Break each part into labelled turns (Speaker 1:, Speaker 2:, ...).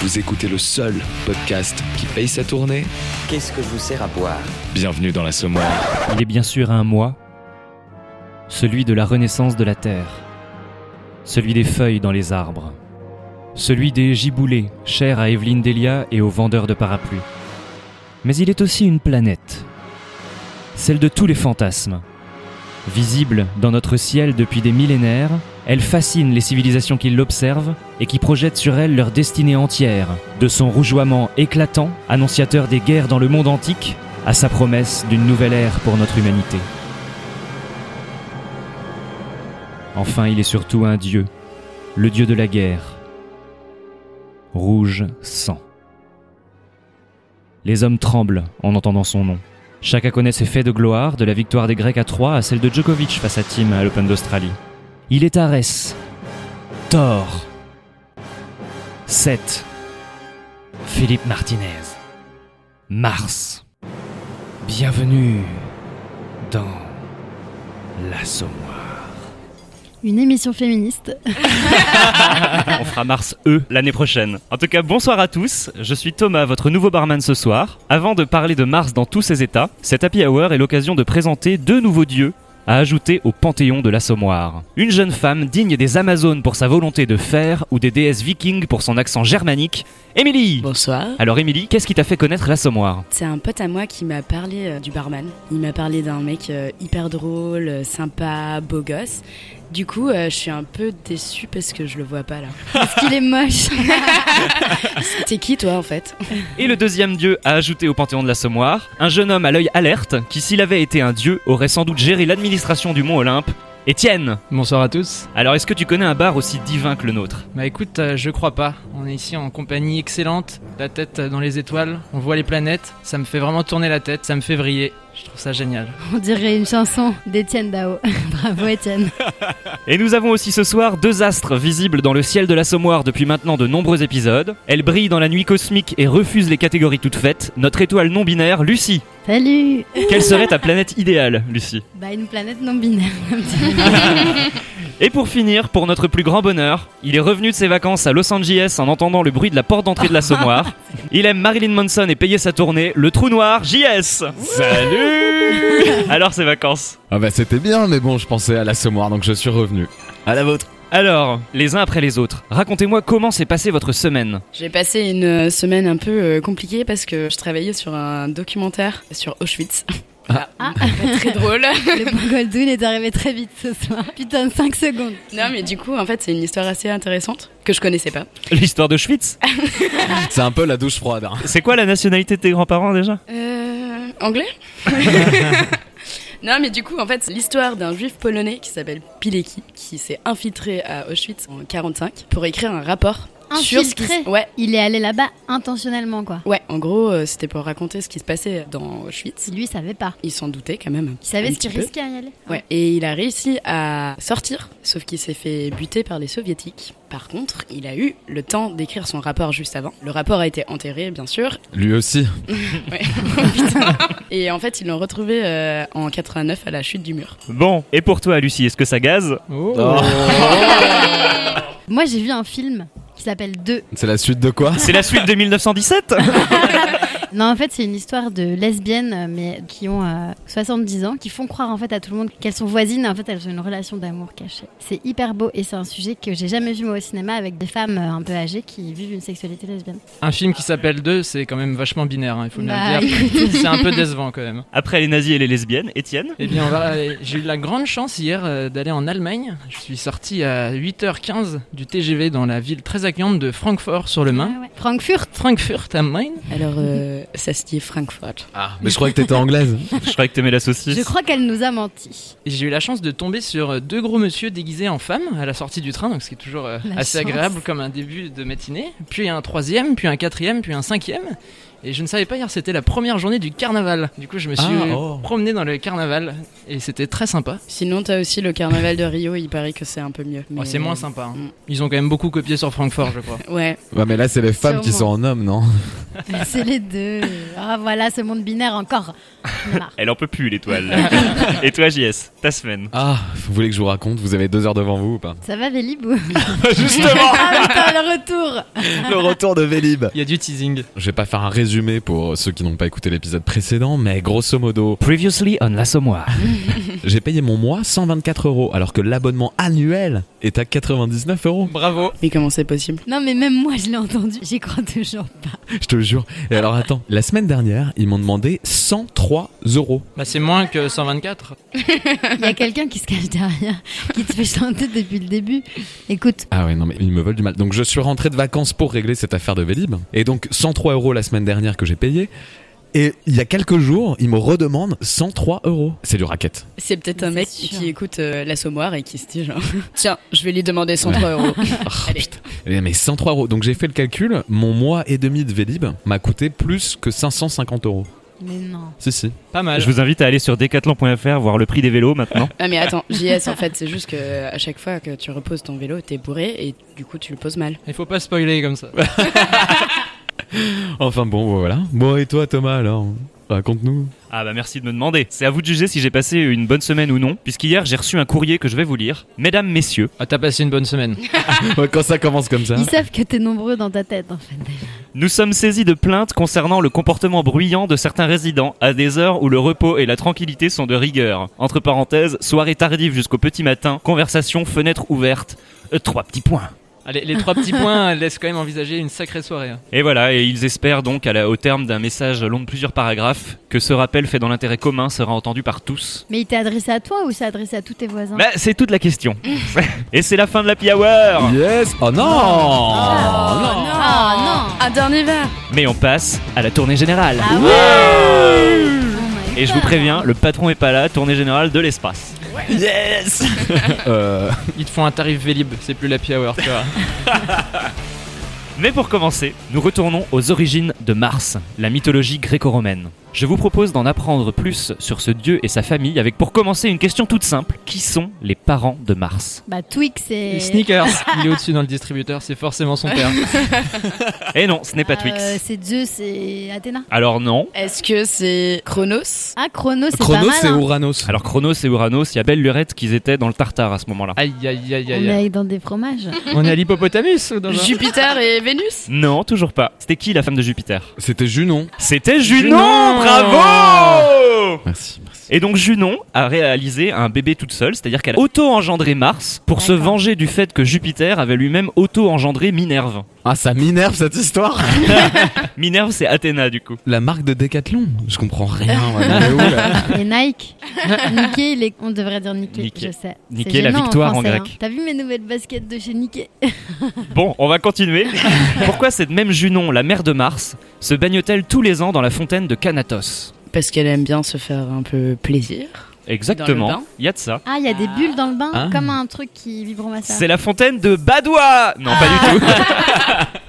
Speaker 1: Vous écoutez le seul podcast qui paye sa tournée.
Speaker 2: Qu'est-ce que je vous sers à boire
Speaker 1: Bienvenue dans la Somoire.
Speaker 3: Il est bien sûr un mois, celui de la renaissance de la terre, celui des feuilles dans les arbres, celui des giboulées, chers à Evelyne Delia et aux vendeurs de parapluies. Mais il est aussi une planète, celle de tous les fantasmes. Visible dans notre ciel depuis des millénaires, elle fascine les civilisations qui l'observent et qui projettent sur elle leur destinée entière, de son rougeoiement éclatant, annonciateur des guerres dans le monde antique, à sa promesse d'une nouvelle ère pour notre humanité. Enfin, il est surtout un dieu, le dieu de la guerre. Rouge sang. Les hommes tremblent en entendant son nom. Chacun connaît ses faits de gloire, de la victoire des Grecs à Troie à celle de Djokovic face à Tim à l'Open d'Australie. Il est Arès, Thor, Seth, Philippe Martinez, Mars. Bienvenue dans la Sommoire.
Speaker 4: Une émission féministe.
Speaker 3: On fera Mars E l'année prochaine. En tout cas, bonsoir à tous. Je suis Thomas, votre nouveau barman ce soir. Avant de parler de Mars dans tous ses états, cet happy hour est l'occasion de présenter deux nouveaux dieux à ajouter au panthéon de l'Assommoir. Une jeune femme digne des Amazones pour sa volonté de fer ou des déesses vikings pour son accent germanique, Émilie
Speaker 5: Bonsoir.
Speaker 3: Alors Émilie, qu'est-ce qui t'a fait connaître l'Assommoir
Speaker 5: C'est un pote à moi qui m'a parlé euh, du barman. Il m'a parlé d'un mec euh, hyper drôle, euh, sympa, beau gosse. Du coup, euh, je suis un peu déçue parce que je le vois pas là.
Speaker 4: Parce qu'il est moche.
Speaker 5: T'es qui toi en fait
Speaker 3: Et le deuxième dieu à ajouter au panthéon de l'Assommoir, un jeune homme à l'œil alerte qui, s'il avait été un dieu, aurait sans doute géré l'administration du Mont Olympe, Étienne
Speaker 6: Bonsoir à tous.
Speaker 3: Alors est-ce que tu connais un bar aussi divin que le nôtre
Speaker 6: Bah écoute, euh, je crois pas. On est ici en compagnie excellente, la tête euh, dans les étoiles, on voit les planètes, ça me fait vraiment tourner la tête, ça me fait vriller. Je trouve ça génial.
Speaker 4: On dirait une chanson d'Étienne Dao. Bravo Étienne.
Speaker 3: Et nous avons aussi ce soir deux astres visibles dans le ciel de l'Assommoir depuis maintenant de nombreux épisodes. Elle brille dans la nuit cosmique et refuse les catégories toutes faites, notre étoile non binaire, Lucie.
Speaker 4: Salut.
Speaker 3: Quelle serait ta planète idéale, Lucie
Speaker 4: Bah une planète non binaire.
Speaker 3: Et pour finir, pour notre plus grand bonheur, il est revenu de ses vacances à Los Angeles en entendant le bruit de la porte d'entrée de l'Assommoir. Il aime Marilyn Manson et payer sa tournée, le trou noir, JS
Speaker 1: Salut
Speaker 3: Alors ses vacances
Speaker 1: Ah bah c'était bien, mais bon, je pensais à la Somoire, donc je suis revenu. À la vôtre.
Speaker 3: Alors, les uns après les autres, racontez-moi comment s'est passée votre semaine.
Speaker 5: J'ai passé une euh, semaine un peu euh, compliquée parce que je travaillais sur un documentaire sur Auschwitz.
Speaker 4: Ah.
Speaker 5: Pas très drôle.
Speaker 4: Le bon Goldoun est arrivé très vite ce soir. Putain, 5 secondes.
Speaker 5: Non mais du coup en fait c'est une histoire assez intéressante que je connaissais pas.
Speaker 3: L'histoire de Schwitz
Speaker 1: C'est un peu la douche froide. hein.
Speaker 3: C'est quoi la nationalité de tes grands-parents déjà
Speaker 5: Euh, anglais Non mais du coup en fait c'est l'histoire d'un juif polonais qui s'appelle Pilecki qui s'est infiltré à Auschwitz en 45 pour écrire un rapport sur ce qui
Speaker 4: Infiltré
Speaker 5: se- ouais
Speaker 4: Il est allé là-bas intentionnellement quoi.
Speaker 5: ouais en gros euh, c'était pour raconter ce qui se passait dans Auschwitz.
Speaker 4: Lui savait pas.
Speaker 5: Il s'en doutait quand même.
Speaker 4: Il savait
Speaker 5: un
Speaker 4: ce qu'il
Speaker 5: petit peu.
Speaker 4: risquait à y aller.
Speaker 5: Ouais, et il a réussi à sortir, sauf qu'il s'est fait buter par les soviétiques. Par contre, il a eu le temps d'écrire son rapport juste avant. Le rapport a été enterré, bien sûr,
Speaker 1: Lui aussi.
Speaker 5: et en fait, ils l'ont retrouvé euh, en 89 à la chute du mur.
Speaker 3: Bon, et pour toi Lucie, est-ce que ça gaze
Speaker 6: Oh.
Speaker 4: Moi j'ai vu un film qui s'appelle Deux.
Speaker 1: C'est la suite de quoi
Speaker 3: C'est la suite de 1917
Speaker 4: Non, en fait, c'est une histoire de lesbiennes, euh, mais qui ont euh, 70 ans, qui font croire en fait à tout le monde qu'elles sont voisines. En fait, elles ont une relation d'amour cachée. C'est hyper beau et c'est un sujet que j'ai jamais vu moi au cinéma avec des femmes euh, un peu âgées qui vivent une sexualité lesbienne.
Speaker 6: Un film qui s'appelle 2, c'est quand même vachement binaire, hein, il faut bien
Speaker 4: Bah,
Speaker 6: le dire. C'est un peu décevant quand même.
Speaker 3: Après les nazis et les lesbiennes, Étienne
Speaker 6: Eh bien, on va- j'ai eu la grande chance hier euh, d'aller en Allemagne. Je suis sorti à 8h15 du TGV dans la ville très accueillante de Francfort sur le Main.
Speaker 4: Ouais, ouais. Francfort.
Speaker 6: Frankfurt am Main.
Speaker 5: Alors, euh, ça se dit Frankfurt.
Speaker 1: Ah, mais je croyais que t'étais anglaise.
Speaker 3: Je croyais que t'aimais la saucisse.
Speaker 4: Je crois qu'elle nous a menti.
Speaker 6: Et J'ai eu la chance de tomber sur euh, deux gros monsieur déguisés en femmes à la sortie du train, donc ce qui est toujours euh,
Speaker 4: La
Speaker 6: assez
Speaker 4: chance.
Speaker 6: agréable comme un début de matinée. Puis un troisième, puis un quatrième, puis un cinquième. Et je ne savais pas hier, c'était la première journée du carnaval. Du coup, je me suis
Speaker 7: Ah,
Speaker 6: euh,
Speaker 7: oh.
Speaker 6: promené dans le carnaval et c'était très sympa.
Speaker 5: Sinon, t'as aussi le carnaval de Rio, il paraît que c'est un peu mieux.
Speaker 6: Bon,
Speaker 5: mais-
Speaker 6: c'est moins sympa. hein.
Speaker 5: Mm.
Speaker 6: Ils ont quand même beaucoup copié sur Francfort, je crois.
Speaker 5: Ouais,
Speaker 1: Ouais, mais là, c'est les femmes qui sont en hommes, non
Speaker 4: C'est les deux. Ah voilà, ce monde binaire encore. J'en ai marre.
Speaker 3: Elle en peut plus, l'étoile. Et toi, JS, ta semaine
Speaker 1: Ah, vous voulez que je vous raconte Vous avez deux heures devant vous ou pas
Speaker 4: Ça va, Vélibou
Speaker 3: Justement
Speaker 4: Ah putain, le retour
Speaker 1: Le retour de Vélib
Speaker 6: Il y a du teasing.
Speaker 1: Je vais pas faire un résumé pour euh, ceux qui n'ont pas écouté l'épisode précédent, mais grosso modo,
Speaker 7: Previously on l'Assommoir.
Speaker 1: j'ai payé mon mois 124 euros, alors que l'abonnement annuel est à 99 euros.
Speaker 6: Bravo.
Speaker 5: mais comment c'est possible
Speaker 4: Non, mais même moi, je l'ai entendu. J'y crois toujours pas.
Speaker 1: Je te jure. Et alors attends, la semaine dernière, ils m'ont demandé 103 euros.
Speaker 6: Bah, c'est moins que 124.
Speaker 4: Il y a quelqu'un qui se cache derrière, qui te fait chanter depuis le début. Écoute,
Speaker 1: Ah ouais, non mais ils me veulent du mal. Donc je suis rentré de vacances pour régler cette affaire de Vélib. Et donc 103 euros la semaine dernière que j'ai payé. Et il y a quelques jours, ils me redemandent 103 euros. C'est du racket.
Speaker 5: C'est peut-être un
Speaker 4: C'est
Speaker 5: mec
Speaker 4: sûr.
Speaker 5: qui écoute euh, l'assommoir et qui se dit genre Tiens, je vais lui demander 103 euros.
Speaker 4: Ah,
Speaker 1: Oh,
Speaker 5: Allez.
Speaker 1: putain. Eh, Mais 103 euros. Donc j'ai fait le calcul. Mon mois et demi de Vélib m'a coûté plus que 550 euros.
Speaker 4: mais
Speaker 3: Hein
Speaker 4: non.
Speaker 1: Si, si.
Speaker 6: Pas mal.
Speaker 3: Ah, Je vous invite à aller sur decathlon.fr voir le prix des vélos maintenant.
Speaker 5: Ah mais attends, JS en fait, c'est juste que à chaque fois que tu reposes ton vélo, t'es bourré et du coup tu le poses mal.
Speaker 6: Il faut pas spoiler comme ça.
Speaker 1: Enfin bon, voilà. Bon et toi Thomas alors Raconte-nous.
Speaker 3: Ah bah merci de me demander. C'est à vous de juger si j'ai passé une bonne semaine ou non, puisqu'hier j'ai reçu un courrier que je vais vous lire. Mesdames, messieurs,
Speaker 6: Ah, t'as passé une bonne semaine.
Speaker 1: Ouais, Quand ça commence comme ça.
Speaker 4: Ils savent que t'es nombreux dans ta tête, en fait. déjà.
Speaker 3: nous sommes saisis de plaintes concernant le comportement bruyant de certains résidents à des heures où le repos et la tranquillité sont de rigueur. Entre parenthèses, soirée tardive jusqu'au petit matin, conversation, fenêtre ouverte. Euh, trois petits points.
Speaker 6: Allez, les trois petits points laissent quand même envisager une sacrée soirée. hein.
Speaker 3: Et voilà, et ils espèrent donc, à la- au terme d'un message long de plusieurs paragraphes, que ce rappel fait dans l'intérêt commun sera entendu par tous.
Speaker 4: Mais il t'est adressé à toi ou s'est adressé à tous tes voisins
Speaker 3: Bah, c'est toute la question. et c'est la fin de la hour
Speaker 1: Yes. Oh non.
Speaker 4: non Ah non
Speaker 5: Un dernier verre
Speaker 3: Mais on passe à la tournée générale.
Speaker 4: Ah ouais Oh my
Speaker 3: Et je vous
Speaker 4: God.
Speaker 3: préviens, le patron est pas là, tournée générale de l'espace.
Speaker 1: Yes. euh...
Speaker 6: Ils te font un tarif Vélib, c'est plus l'happy hour, tu vois.
Speaker 3: Mais pour commencer, nous retournons aux origines de Mars, la mythologie gréco-romaine. Je vous propose d'en apprendre plus sur ce dieu et sa famille avec pour commencer une question toute simple. Qui sont les parents de Mars
Speaker 4: Bah, Twix et.
Speaker 6: Et Sneakers, il est au-dessus dans le distributeur, c'est forcément son père.
Speaker 3: Eh non, ce n'est pas
Speaker 4: Ah, euh,
Speaker 3: Twix.
Speaker 4: c'est Zeus et Athéna.
Speaker 3: Alors non.
Speaker 5: Est-ce que c'est Chronos
Speaker 4: Ah, Chronos, c'est pas
Speaker 1: Chronos
Speaker 4: mal.
Speaker 1: c'est
Speaker 4: hein.
Speaker 1: Uranus.
Speaker 3: Alors Chronos et Uranos, il y a belle lurette qu'ils étaient dans le tartare à ce moment-là.
Speaker 6: Aïe, aïe, aïe,
Speaker 4: On
Speaker 6: aïe. aïe.
Speaker 4: est dans des fromages.
Speaker 6: On est à l'hippopotamus ou
Speaker 5: Ah,
Speaker 6: dans un-
Speaker 5: Jupiter et Vénus
Speaker 3: Non, toujours pas. C'était qui la femme de Jupiter
Speaker 1: C'était Junon.
Speaker 3: C'était
Speaker 6: Junon,
Speaker 3: Junon Bravo
Speaker 1: Merci, merci.
Speaker 3: Et donc Junon a réalisé un bébé toute seule, c'est-à-dire qu'elle a auto-engendré Mars pour se
Speaker 4: D'accord.
Speaker 3: venger du fait que Jupiter avait lui-même auto-engendré Minerve.
Speaker 1: Ah, ça m'énerve cette histoire.
Speaker 3: Minerve, c'est Athéna du coup.
Speaker 1: La marque de Decathlon. Je comprends rien. ouais, mais où, là
Speaker 4: Et Nike. Nike, il est- on devrait dire Nike,
Speaker 3: Nike.
Speaker 4: je sais.
Speaker 3: Nike,
Speaker 4: C'est
Speaker 3: la
Speaker 4: gênant
Speaker 3: victoire en
Speaker 4: français,
Speaker 3: grec.
Speaker 4: hein. T'as vu mes nouvelles baskets de chez Nike
Speaker 3: Bon, on va continuer. Pourquoi cette même Junon, la mère de Mars, se baigne-t-elle tous les ans dans la fontaine de Canatos
Speaker 5: Parce qu'elle aime bien se faire un peu plaisir. Dans le
Speaker 3: Exactement,
Speaker 5: bain
Speaker 3: il y a de ça.
Speaker 4: Ah, il y a des bulles dans le bain,
Speaker 1: Ah.
Speaker 4: comme un truc qui vibromassage.
Speaker 3: C'est la fontaine de Badois Non, pas du tout.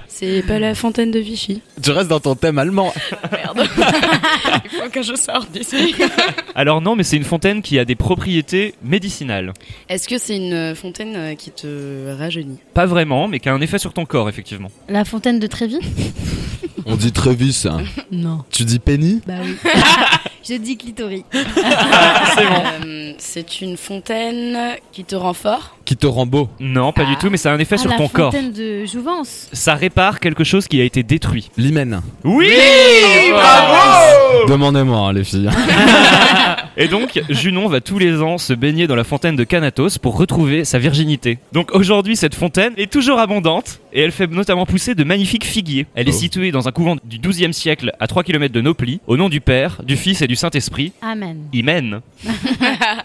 Speaker 5: C'est pas la fontaine de Vichy.
Speaker 1: Tu restes dans ton thème allemand.
Speaker 5: Ah, Merde. Il faut que je sorte d'ici.
Speaker 3: Alors non, mais c'est une fontaine qui a des propriétés médicinales.
Speaker 5: Est-ce que c'est une euh, fontaine euh, qui te rajeunit
Speaker 3: Pas vraiment, mais qui a un effet sur ton corps, effectivement.
Speaker 4: La fontaine de Trévi
Speaker 1: On dit Trevis. hein.
Speaker 4: Non.
Speaker 1: Tu dis Penny.
Speaker 4: Bah oui. je dis clitoris.
Speaker 5: C'est Euh, c'est une fontaine qui te rend fort.
Speaker 1: Qui te rend beau.
Speaker 3: Non, pas du
Speaker 5: Ah.
Speaker 3: tout, mais ça a un effet
Speaker 4: Ah,
Speaker 3: sur
Speaker 4: la
Speaker 3: ton corps.
Speaker 4: fontaine de Jouvence.
Speaker 3: Ça répare quelque chose qui a été détruit.
Speaker 1: L'hymen.
Speaker 3: Oui,
Speaker 1: Demandez-moi, hein, les filles.
Speaker 3: Et donc, Junon va tous les ans se baigner dans la fontaine de Canatos pour retrouver sa virginité. Donc aujourd'hui, cette fontaine est toujours abondante et elle fait notamment pousser de magnifiques figuiers. Elle est
Speaker 1: Oh.
Speaker 3: située dans un couvent du 12e siècle à 3 km de Nopli, au nom du Père, du Fils et du Saint-Esprit.
Speaker 4: Amen.
Speaker 3: Hymen.
Speaker 4: Amen.
Speaker 3: Ah.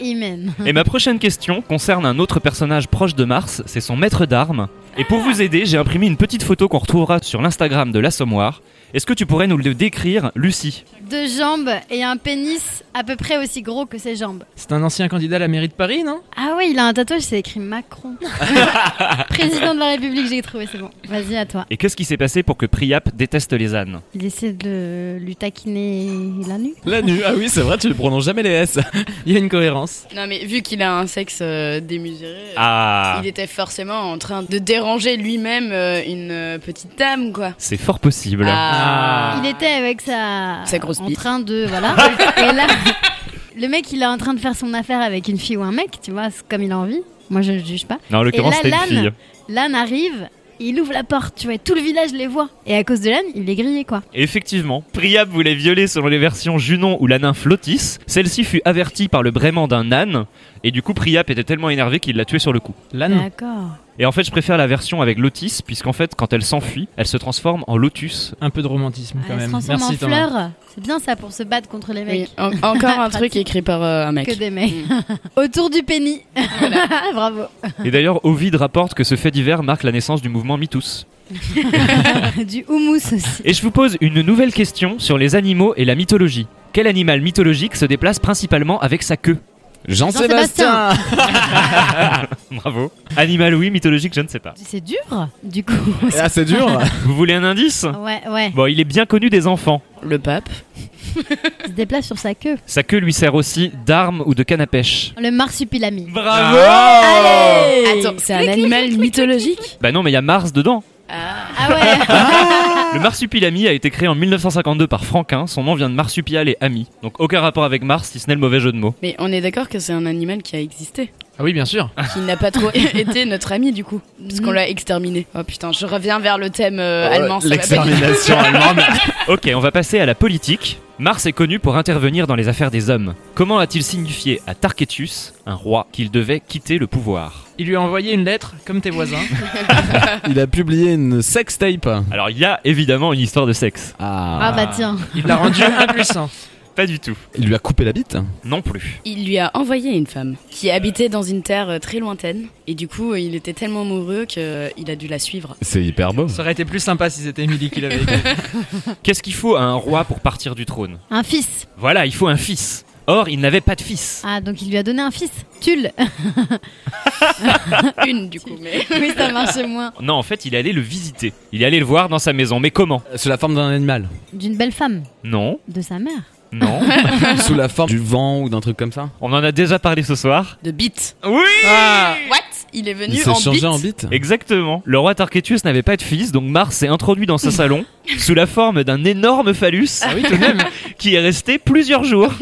Speaker 5: Mhm.
Speaker 3: Et ma prochaine question concerne un autre personnage proche de Mars, c'est son maître d'armes, Et
Speaker 5: Ah.
Speaker 3: pour vous aider, j'ai imprimé une petite photo qu'on retrouvera sur l'Instagram de l'Assommoir. Est-ce que tu pourrais nous le décrire, Lucie
Speaker 4: Deux jambes et un pénis à peu près aussi gros que ses jambes.
Speaker 6: C'est un ancien candidat à la mairie de Paris, non
Speaker 4: Ah oui, il a un tatouage, c'est écrit Macron. Président de la République, j'ai trouvé, c'est bon. Vas-y, à toi.
Speaker 3: Et qu'est-ce qui s'est passé pour que Priap déteste les ânes
Speaker 4: Il essaie de lui taquiner la nuque.
Speaker 1: La nu, ah oui, c'est vrai, tu ne prononces jamais les S.
Speaker 6: Il y a une cohérence.
Speaker 5: Non, mais vu qu'il a un sexe euh, démesuré, euh,
Speaker 3: Ah
Speaker 5: il était forcément en train de déranger lui-même euh, une euh, petite dame, quoi.
Speaker 3: C'est fort possible.
Speaker 5: Ah.
Speaker 4: Il était avec sa.
Speaker 5: Sa grosse
Speaker 4: En
Speaker 5: bite.
Speaker 4: train de. Voilà. et là, le mec, il est en train de faire son affaire avec une fille ou un mec, tu vois, c'est comme il a envie. Moi, je ne juge pas.
Speaker 3: Non, en l'occurrence,
Speaker 4: et
Speaker 3: c'était
Speaker 4: là,
Speaker 3: une fille.
Speaker 4: l'âne. L'âne arrive, il ouvre la porte, tu vois, et tout le village les voit. Et à cause de l'âne, il est grillé, quoi.
Speaker 3: Et Effectivement, Priap voulait violer selon les versions Junon ou la nymphe Lotis. Celle-ci fut avertie par le braiement d'un âne, et du coup Priap était tellement énervé qu'il l'a tué sur le coup.
Speaker 6: L'âne.
Speaker 4: D'accord.
Speaker 3: Et en fait, je préfère la version avec Lotis, puisqu'en fait, quand elle s'enfuit, elle se transforme en Lotus.
Speaker 6: Un peu de romantisme
Speaker 4: Elle
Speaker 6: quand
Speaker 4: se
Speaker 6: même.
Speaker 4: transforme
Speaker 6: Merci
Speaker 4: en
Speaker 6: Thomas.
Speaker 4: fleur. C'est bien ça pour se battre contre les
Speaker 5: Oui,
Speaker 4: mecs.
Speaker 5: en- encore un truc
Speaker 4: Pratique.
Speaker 5: écrit par euh, un mec.
Speaker 4: Que des mecs. Autour du pénis. Bravo.
Speaker 3: Et d'ailleurs, Ovid rapporte que ce fait divers marque la naissance du mouvement MeToo's.
Speaker 4: du houmous aussi.
Speaker 3: Et je vous pose une nouvelle question sur les animaux et la mythologie. Quel animal mythologique se déplace principalement avec sa queue
Speaker 1: Jean-Sébastien
Speaker 3: Bravo. Animal oui, mythologique, je ne sais pas.
Speaker 4: C'est dur, du coup.
Speaker 1: Ah, c'est dur
Speaker 3: Vous voulez un indice
Speaker 4: ouais, ouais.
Speaker 3: Bon, il est bien connu des enfants.
Speaker 5: Le pape.
Speaker 4: Il se déplace sur sa queue.
Speaker 3: Sa queue lui sert aussi d'arme ou de canne à pêche. Ah.
Speaker 4: Le marsupilami.
Speaker 3: Bravo
Speaker 4: Oh.
Speaker 5: Attends, c'est un animal mythologique
Speaker 3: Bah non, mais il y a Mars dedans.
Speaker 4: Ah ouais.
Speaker 3: Le marsupilami a été créé en 1952 par Franquin. Son nom vient de marsupial et ami. Donc aucun rapport avec Mars, si ce n'est le mauvais jeu de mots.
Speaker 5: Mais on est d'accord que c'est un animal qui a existé,
Speaker 6: Ah oui, bien sûr.
Speaker 5: qui n'a pas trop été notre ami du coup, parce
Speaker 4: Mm.
Speaker 5: qu'on l'a exterminé. Oh putain, je reviens vers le thème euh, allemand. ça va pas du tout.
Speaker 1: L'extermination allemande.
Speaker 3: Ok, on va passer à la politique. Mars est connu pour intervenir dans les affaires des hommes. Comment a-t-il signifié à Tarquetius, un roi, qu'il devait quitter le pouvoir
Speaker 6: Il lui a envoyé une lettre, comme tes voisins.
Speaker 1: Il a publié une sextape.
Speaker 3: Alors il y a évidemment une histoire de sexe.
Speaker 4: Ah
Speaker 1: Ah.
Speaker 4: bah tiens.
Speaker 6: Il l'a rendu impuissant.
Speaker 3: Pas du tout.
Speaker 1: Il lui a coupé la bite
Speaker 3: Non plus.
Speaker 5: Il lui a envoyé une femme qui habitait dans une terre euh, très lointaine, et du coup, il était tellement amoureux qu'il a dû la suivre.
Speaker 1: C'est hyper beau.
Speaker 6: Ça aurait été plus sympa si c'était Emily qui l'avait écrit.
Speaker 3: Qu'est-ce qu'il faut à un roi pour partir du trône
Speaker 4: Un fils.
Speaker 3: Voilà, il faut un fils. Or, il n'avait pas de fils.
Speaker 4: Ah donc il lui a donné un fils. Tulle.
Speaker 5: Une du coup, mais.
Speaker 4: oui ça marche moins.
Speaker 3: Non, en fait, il est allé le visiter. Il est allé le voir dans sa maison. Mais comment
Speaker 1: Euh, Sous la forme d'un animal.
Speaker 4: D'une belle femme.
Speaker 3: Non,
Speaker 4: De sa mère.
Speaker 3: non.
Speaker 1: Sous la forme du vent ou d'un truc comme ça.
Speaker 3: On en a déjà parlé ce soir. Ah.
Speaker 5: De bite.
Speaker 3: Oui
Speaker 4: Ah.
Speaker 5: What Il est venu
Speaker 1: Il s'est
Speaker 5: en
Speaker 1: changé
Speaker 5: bite.
Speaker 1: en bite.
Speaker 3: Exactement. Le roi Tarquetius n'avait pas de fils, donc Mars s'est introduit dans sa salon sous la forme d'un énorme phallus
Speaker 6: Ah oui, tout de même.
Speaker 3: qui est resté plusieurs jours.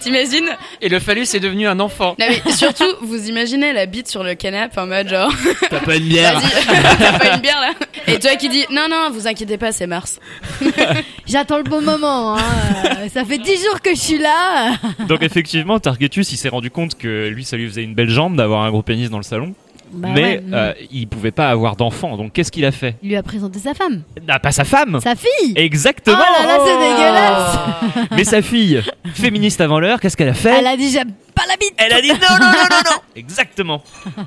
Speaker 5: T'imagines
Speaker 6: Et le phallus est devenu un enfant.
Speaker 5: Non mais surtout, vous imaginez la bite sur le canapé en mode genre,
Speaker 1: T'as pas une
Speaker 5: vas-y, t'as pas une bière là Et toi qui dis, non non, vous inquiétez pas, c'est Mars.
Speaker 4: J'attends le bon moment. hein. Euh, ça fait dix jours que je suis là.
Speaker 3: Donc effectivement, Tarquetius, il s'est rendu compte que lui, ça lui faisait une belle jambe d'avoir un gros pénis dans le salon,
Speaker 4: Bah
Speaker 3: mais
Speaker 4: ouais, mm.
Speaker 3: euh, il pouvait pas avoir d'enfant. Donc qu'est-ce qu'il a fait
Speaker 4: Il lui a présenté sa femme.
Speaker 3: Ah, pas sa femme.
Speaker 4: Sa fille. Oh
Speaker 3: Exactement.
Speaker 4: là là c'est dégueulasse.
Speaker 5: Oh.
Speaker 3: Mais sa fille, féministe avant l'heure, qu'est-ce qu'elle a fait
Speaker 4: Elle a dit j'aime pas la bite.
Speaker 3: Elle a dit non, non, non, non, non Exactement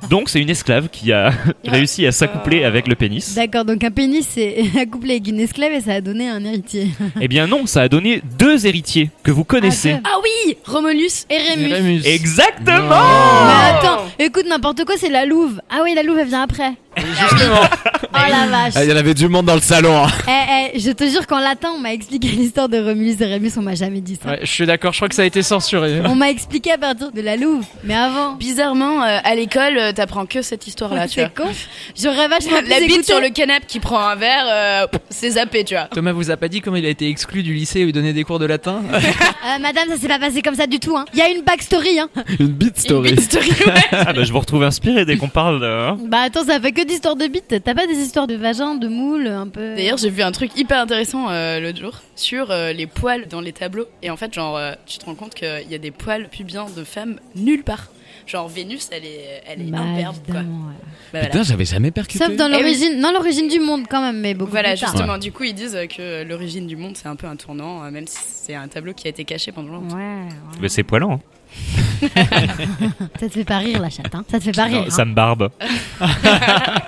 Speaker 3: Donc c'est une esclave qui a réussi à s'accoupler avec le pénis.
Speaker 4: D'accord, donc un pénis c'est couplé avec une esclave et ça a donné un héritier.
Speaker 3: Eh bien non, ça a donné deux héritiers que vous connaissez.
Speaker 4: Ah,
Speaker 5: Ah oui Romulus
Speaker 4: Et Rémus.
Speaker 6: Rémus.
Speaker 5: Oh.
Speaker 3: Exactement
Speaker 4: Mais attends, écoute n'importe quoi, c'est la louve. Ah oui, la louve elle vient après.
Speaker 6: Justement.
Speaker 4: Oh la vache.
Speaker 1: Ah, Il y en avait du monde dans le salon. hein.
Speaker 4: Eh, eh, je te jure qu'en latin on m'a expliqué l'histoire de Romulus et Rémus, on m'a jamais dit ça.
Speaker 6: Ouais, je suis d'accord, je crois que ça a été censuré.
Speaker 4: On m'a expliqué à partir de la louve, mais avant.
Speaker 5: Bizarrement, euh, à l'école, euh, t'apprends que cette histoire-là, tu vois.
Speaker 4: C'est con. J'aurais vachement plus
Speaker 5: La bite
Speaker 4: écouté.
Speaker 5: sur le canapé qui prend un verre, euh, pff, c'est zappé, tu vois.
Speaker 6: Thomas vous a pas dit comment il a été exclu du lycée et lui donner des cours de latin
Speaker 4: Euh, madame, ça s'est pas passé comme ça du tout. hein. Il y a une backstory. Hein.
Speaker 1: Une bite story.
Speaker 5: Une bite story, ouais.
Speaker 3: Ah bah je vous retrouve inspiré dès qu'on parle de... hein.
Speaker 4: Bah attends, ça fait que d'histoires de bites. T'as pas des histoires de vagin, de moule, un peu.
Speaker 5: D'ailleurs, j'ai vu un truc hyper intéressant euh, l'autre jour sur euh, les poils dans les tableaux. Et en fait, genre, euh, tu te rends compte qu'il y a des poils pubiens de femmes nulle part. Genre, Vénus, elle est, elle est
Speaker 4: Bah,
Speaker 5: imberbe, quoi.
Speaker 4: évidemment, ouais.
Speaker 5: Bah, voilà.
Speaker 1: Putain, j'avais jamais percuté.
Speaker 4: Sauf dans
Speaker 5: Eh oui.
Speaker 4: l'origine, non l'origine du monde quand même, mais beaucoup
Speaker 5: Voilà,
Speaker 4: plus tard.
Speaker 5: justement, du coup, ils disent euh, que l'origine du monde, c'est un peu un tournant, euh, même si c'est un tableau qui a été caché pendant longtemps.
Speaker 3: Ah.
Speaker 4: Ouais, ouais.
Speaker 3: Mais c'est poilant. hein.
Speaker 4: Ça te fait pas rire, la chatte. hein ça te fait pas rire.
Speaker 3: Non,
Speaker 4: hein
Speaker 3: ça me barbe.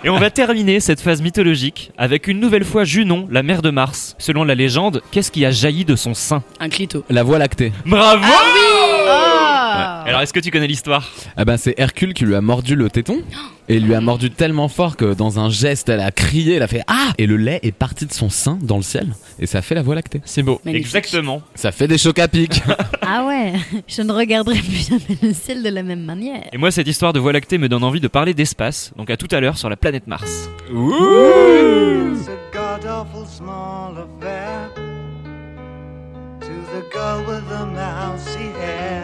Speaker 3: Et on va terminer cette phase mythologique avec une nouvelle fois Junon, la mère de Mars. Selon la légende, qu'est-ce qui a jailli de son sein
Speaker 5: Un clito.
Speaker 1: La voie lactée.
Speaker 3: Bravo
Speaker 4: Oh
Speaker 3: Alors est-ce que tu connais l'histoire
Speaker 1: Ah ben c'est Hercule qui lui a mordu le téton et il lui a mordu tellement fort que dans un geste elle a crié, elle a fait ah et le lait est parti de son sein dans le ciel et ça fait la voie lactée.
Speaker 3: C'est beau.
Speaker 5: Magnifique.
Speaker 3: Exactement.
Speaker 1: Ça fait des chocs à pic.
Speaker 4: Ah ouais, je ne regarderai plus jamais le ciel de la même manière.
Speaker 3: Et moi cette histoire de Voie lactée me donne envie de parler d'espace, donc à tout à l'heure sur la planète Mars.
Speaker 8: It's a god awful small affair to the girl with the mousy hair.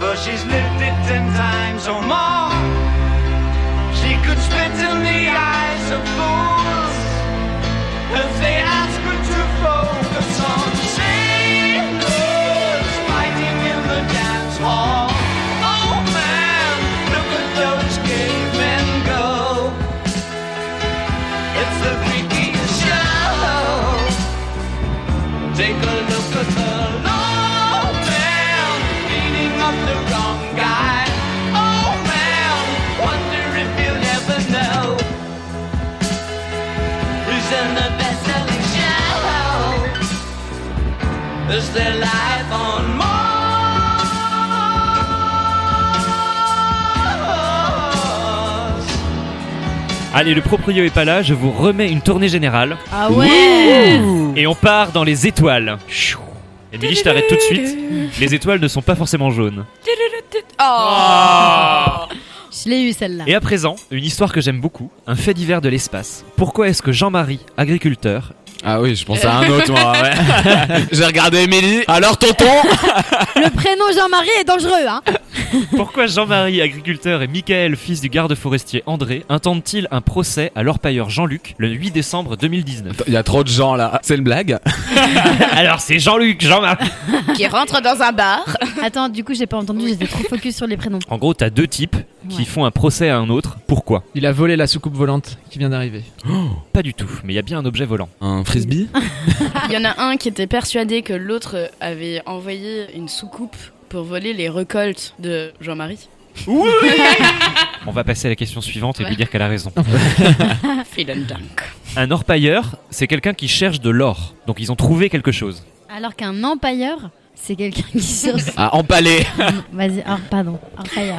Speaker 8: for she's lived it ten times or more. She could spit in the eyes of fools as they ask her to focus on sailors fighting in the dance hall. Oh man, look at those cavemen go. It's the freakiest show. Take a look at the old man beating up the wrong guy. Oh man, wonder if you'll ever know who's in the best-selling show. Is their life on Mars?
Speaker 3: Allez, le proprio est pas là, je vous remets une tournée générale
Speaker 4: Ah ouais
Speaker 3: et on part dans les étoiles. Chou. Emily, je t'arrête tout de suite. Les étoiles ne sont pas forcément jaunes.
Speaker 5: Oh,
Speaker 4: Je l'ai eu celle-là.
Speaker 3: Et à présent, une histoire que j'aime beaucoup, un fait divers de l'espace. Pourquoi est-ce que Jean-Marie, agriculteur,
Speaker 1: Ah oui, je pensais à un autre moi. ouais. J'ai regardé Émilie. Alors tonton
Speaker 4: Le prénom Jean-Marie est dangereux, hein
Speaker 3: Pourquoi Jean-Marie, agriculteur, et Michael, fils du garde forestier André, intentent-ils un procès à l'orpailleur Jean-Luc le 8 décembre 2019
Speaker 1: Il y a trop de gens là. C'est une blague.
Speaker 3: Alors c'est Jean-Luc, Jean-Marie
Speaker 5: Qui rentre dans un bar.
Speaker 4: Attends, du coup, j'ai pas entendu, j'étais trop focus sur les prénoms.
Speaker 3: En gros, t'as deux types qui
Speaker 4: Ouais.
Speaker 3: font un procès à un autre. Pourquoi
Speaker 6: Il a volé la soucoupe volante qui vient d'arriver.
Speaker 3: Pas du tout, mais il y a bien un objet volant.
Speaker 1: Un frisbee
Speaker 5: Il y en a un qui était persuadé que l'autre avait envoyé une soucoupe pour voler les récoltes de Jean-Marie.
Speaker 3: On va passer à la question suivante et lui
Speaker 5: Ouais.
Speaker 3: dire qu'elle a raison.
Speaker 5: Vielen Dank.
Speaker 3: Un orpailleur, c'est quelqu'un qui cherche de l'or. Donc ils ont trouvé quelque chose.
Speaker 4: Alors qu'un empailleur, c'est quelqu'un qui cherche.
Speaker 1: à empaler.
Speaker 4: Vas-y, or, pardon, empailleur.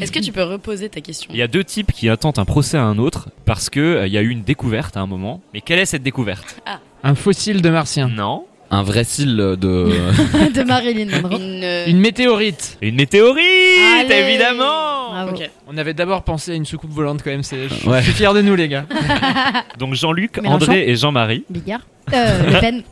Speaker 5: Est-ce que tu peux reposer ta question
Speaker 3: Il y a deux types qui intentent un procès à un autre parce que euh, il y a eu une découverte à un moment. Mais quelle est cette découverte
Speaker 6: Un fossile de martien.
Speaker 3: Non.
Speaker 1: Un vrai cil de.
Speaker 4: De Marilyn Monroe.
Speaker 5: Une, euh,
Speaker 6: Une météorite.
Speaker 3: Une météorite,
Speaker 4: Allez.
Speaker 3: évidemment
Speaker 4: Bravo.
Speaker 5: Ok.
Speaker 6: On avait d'abord pensé à une soucoupe volante quand même. C'est... Je
Speaker 1: Ouais.
Speaker 6: je suis fier de nous les gars.
Speaker 3: Donc Jean-Luc,
Speaker 4: Mélenchon.
Speaker 3: André et Jean-Marie
Speaker 4: Bigard. Euh, Le Pen.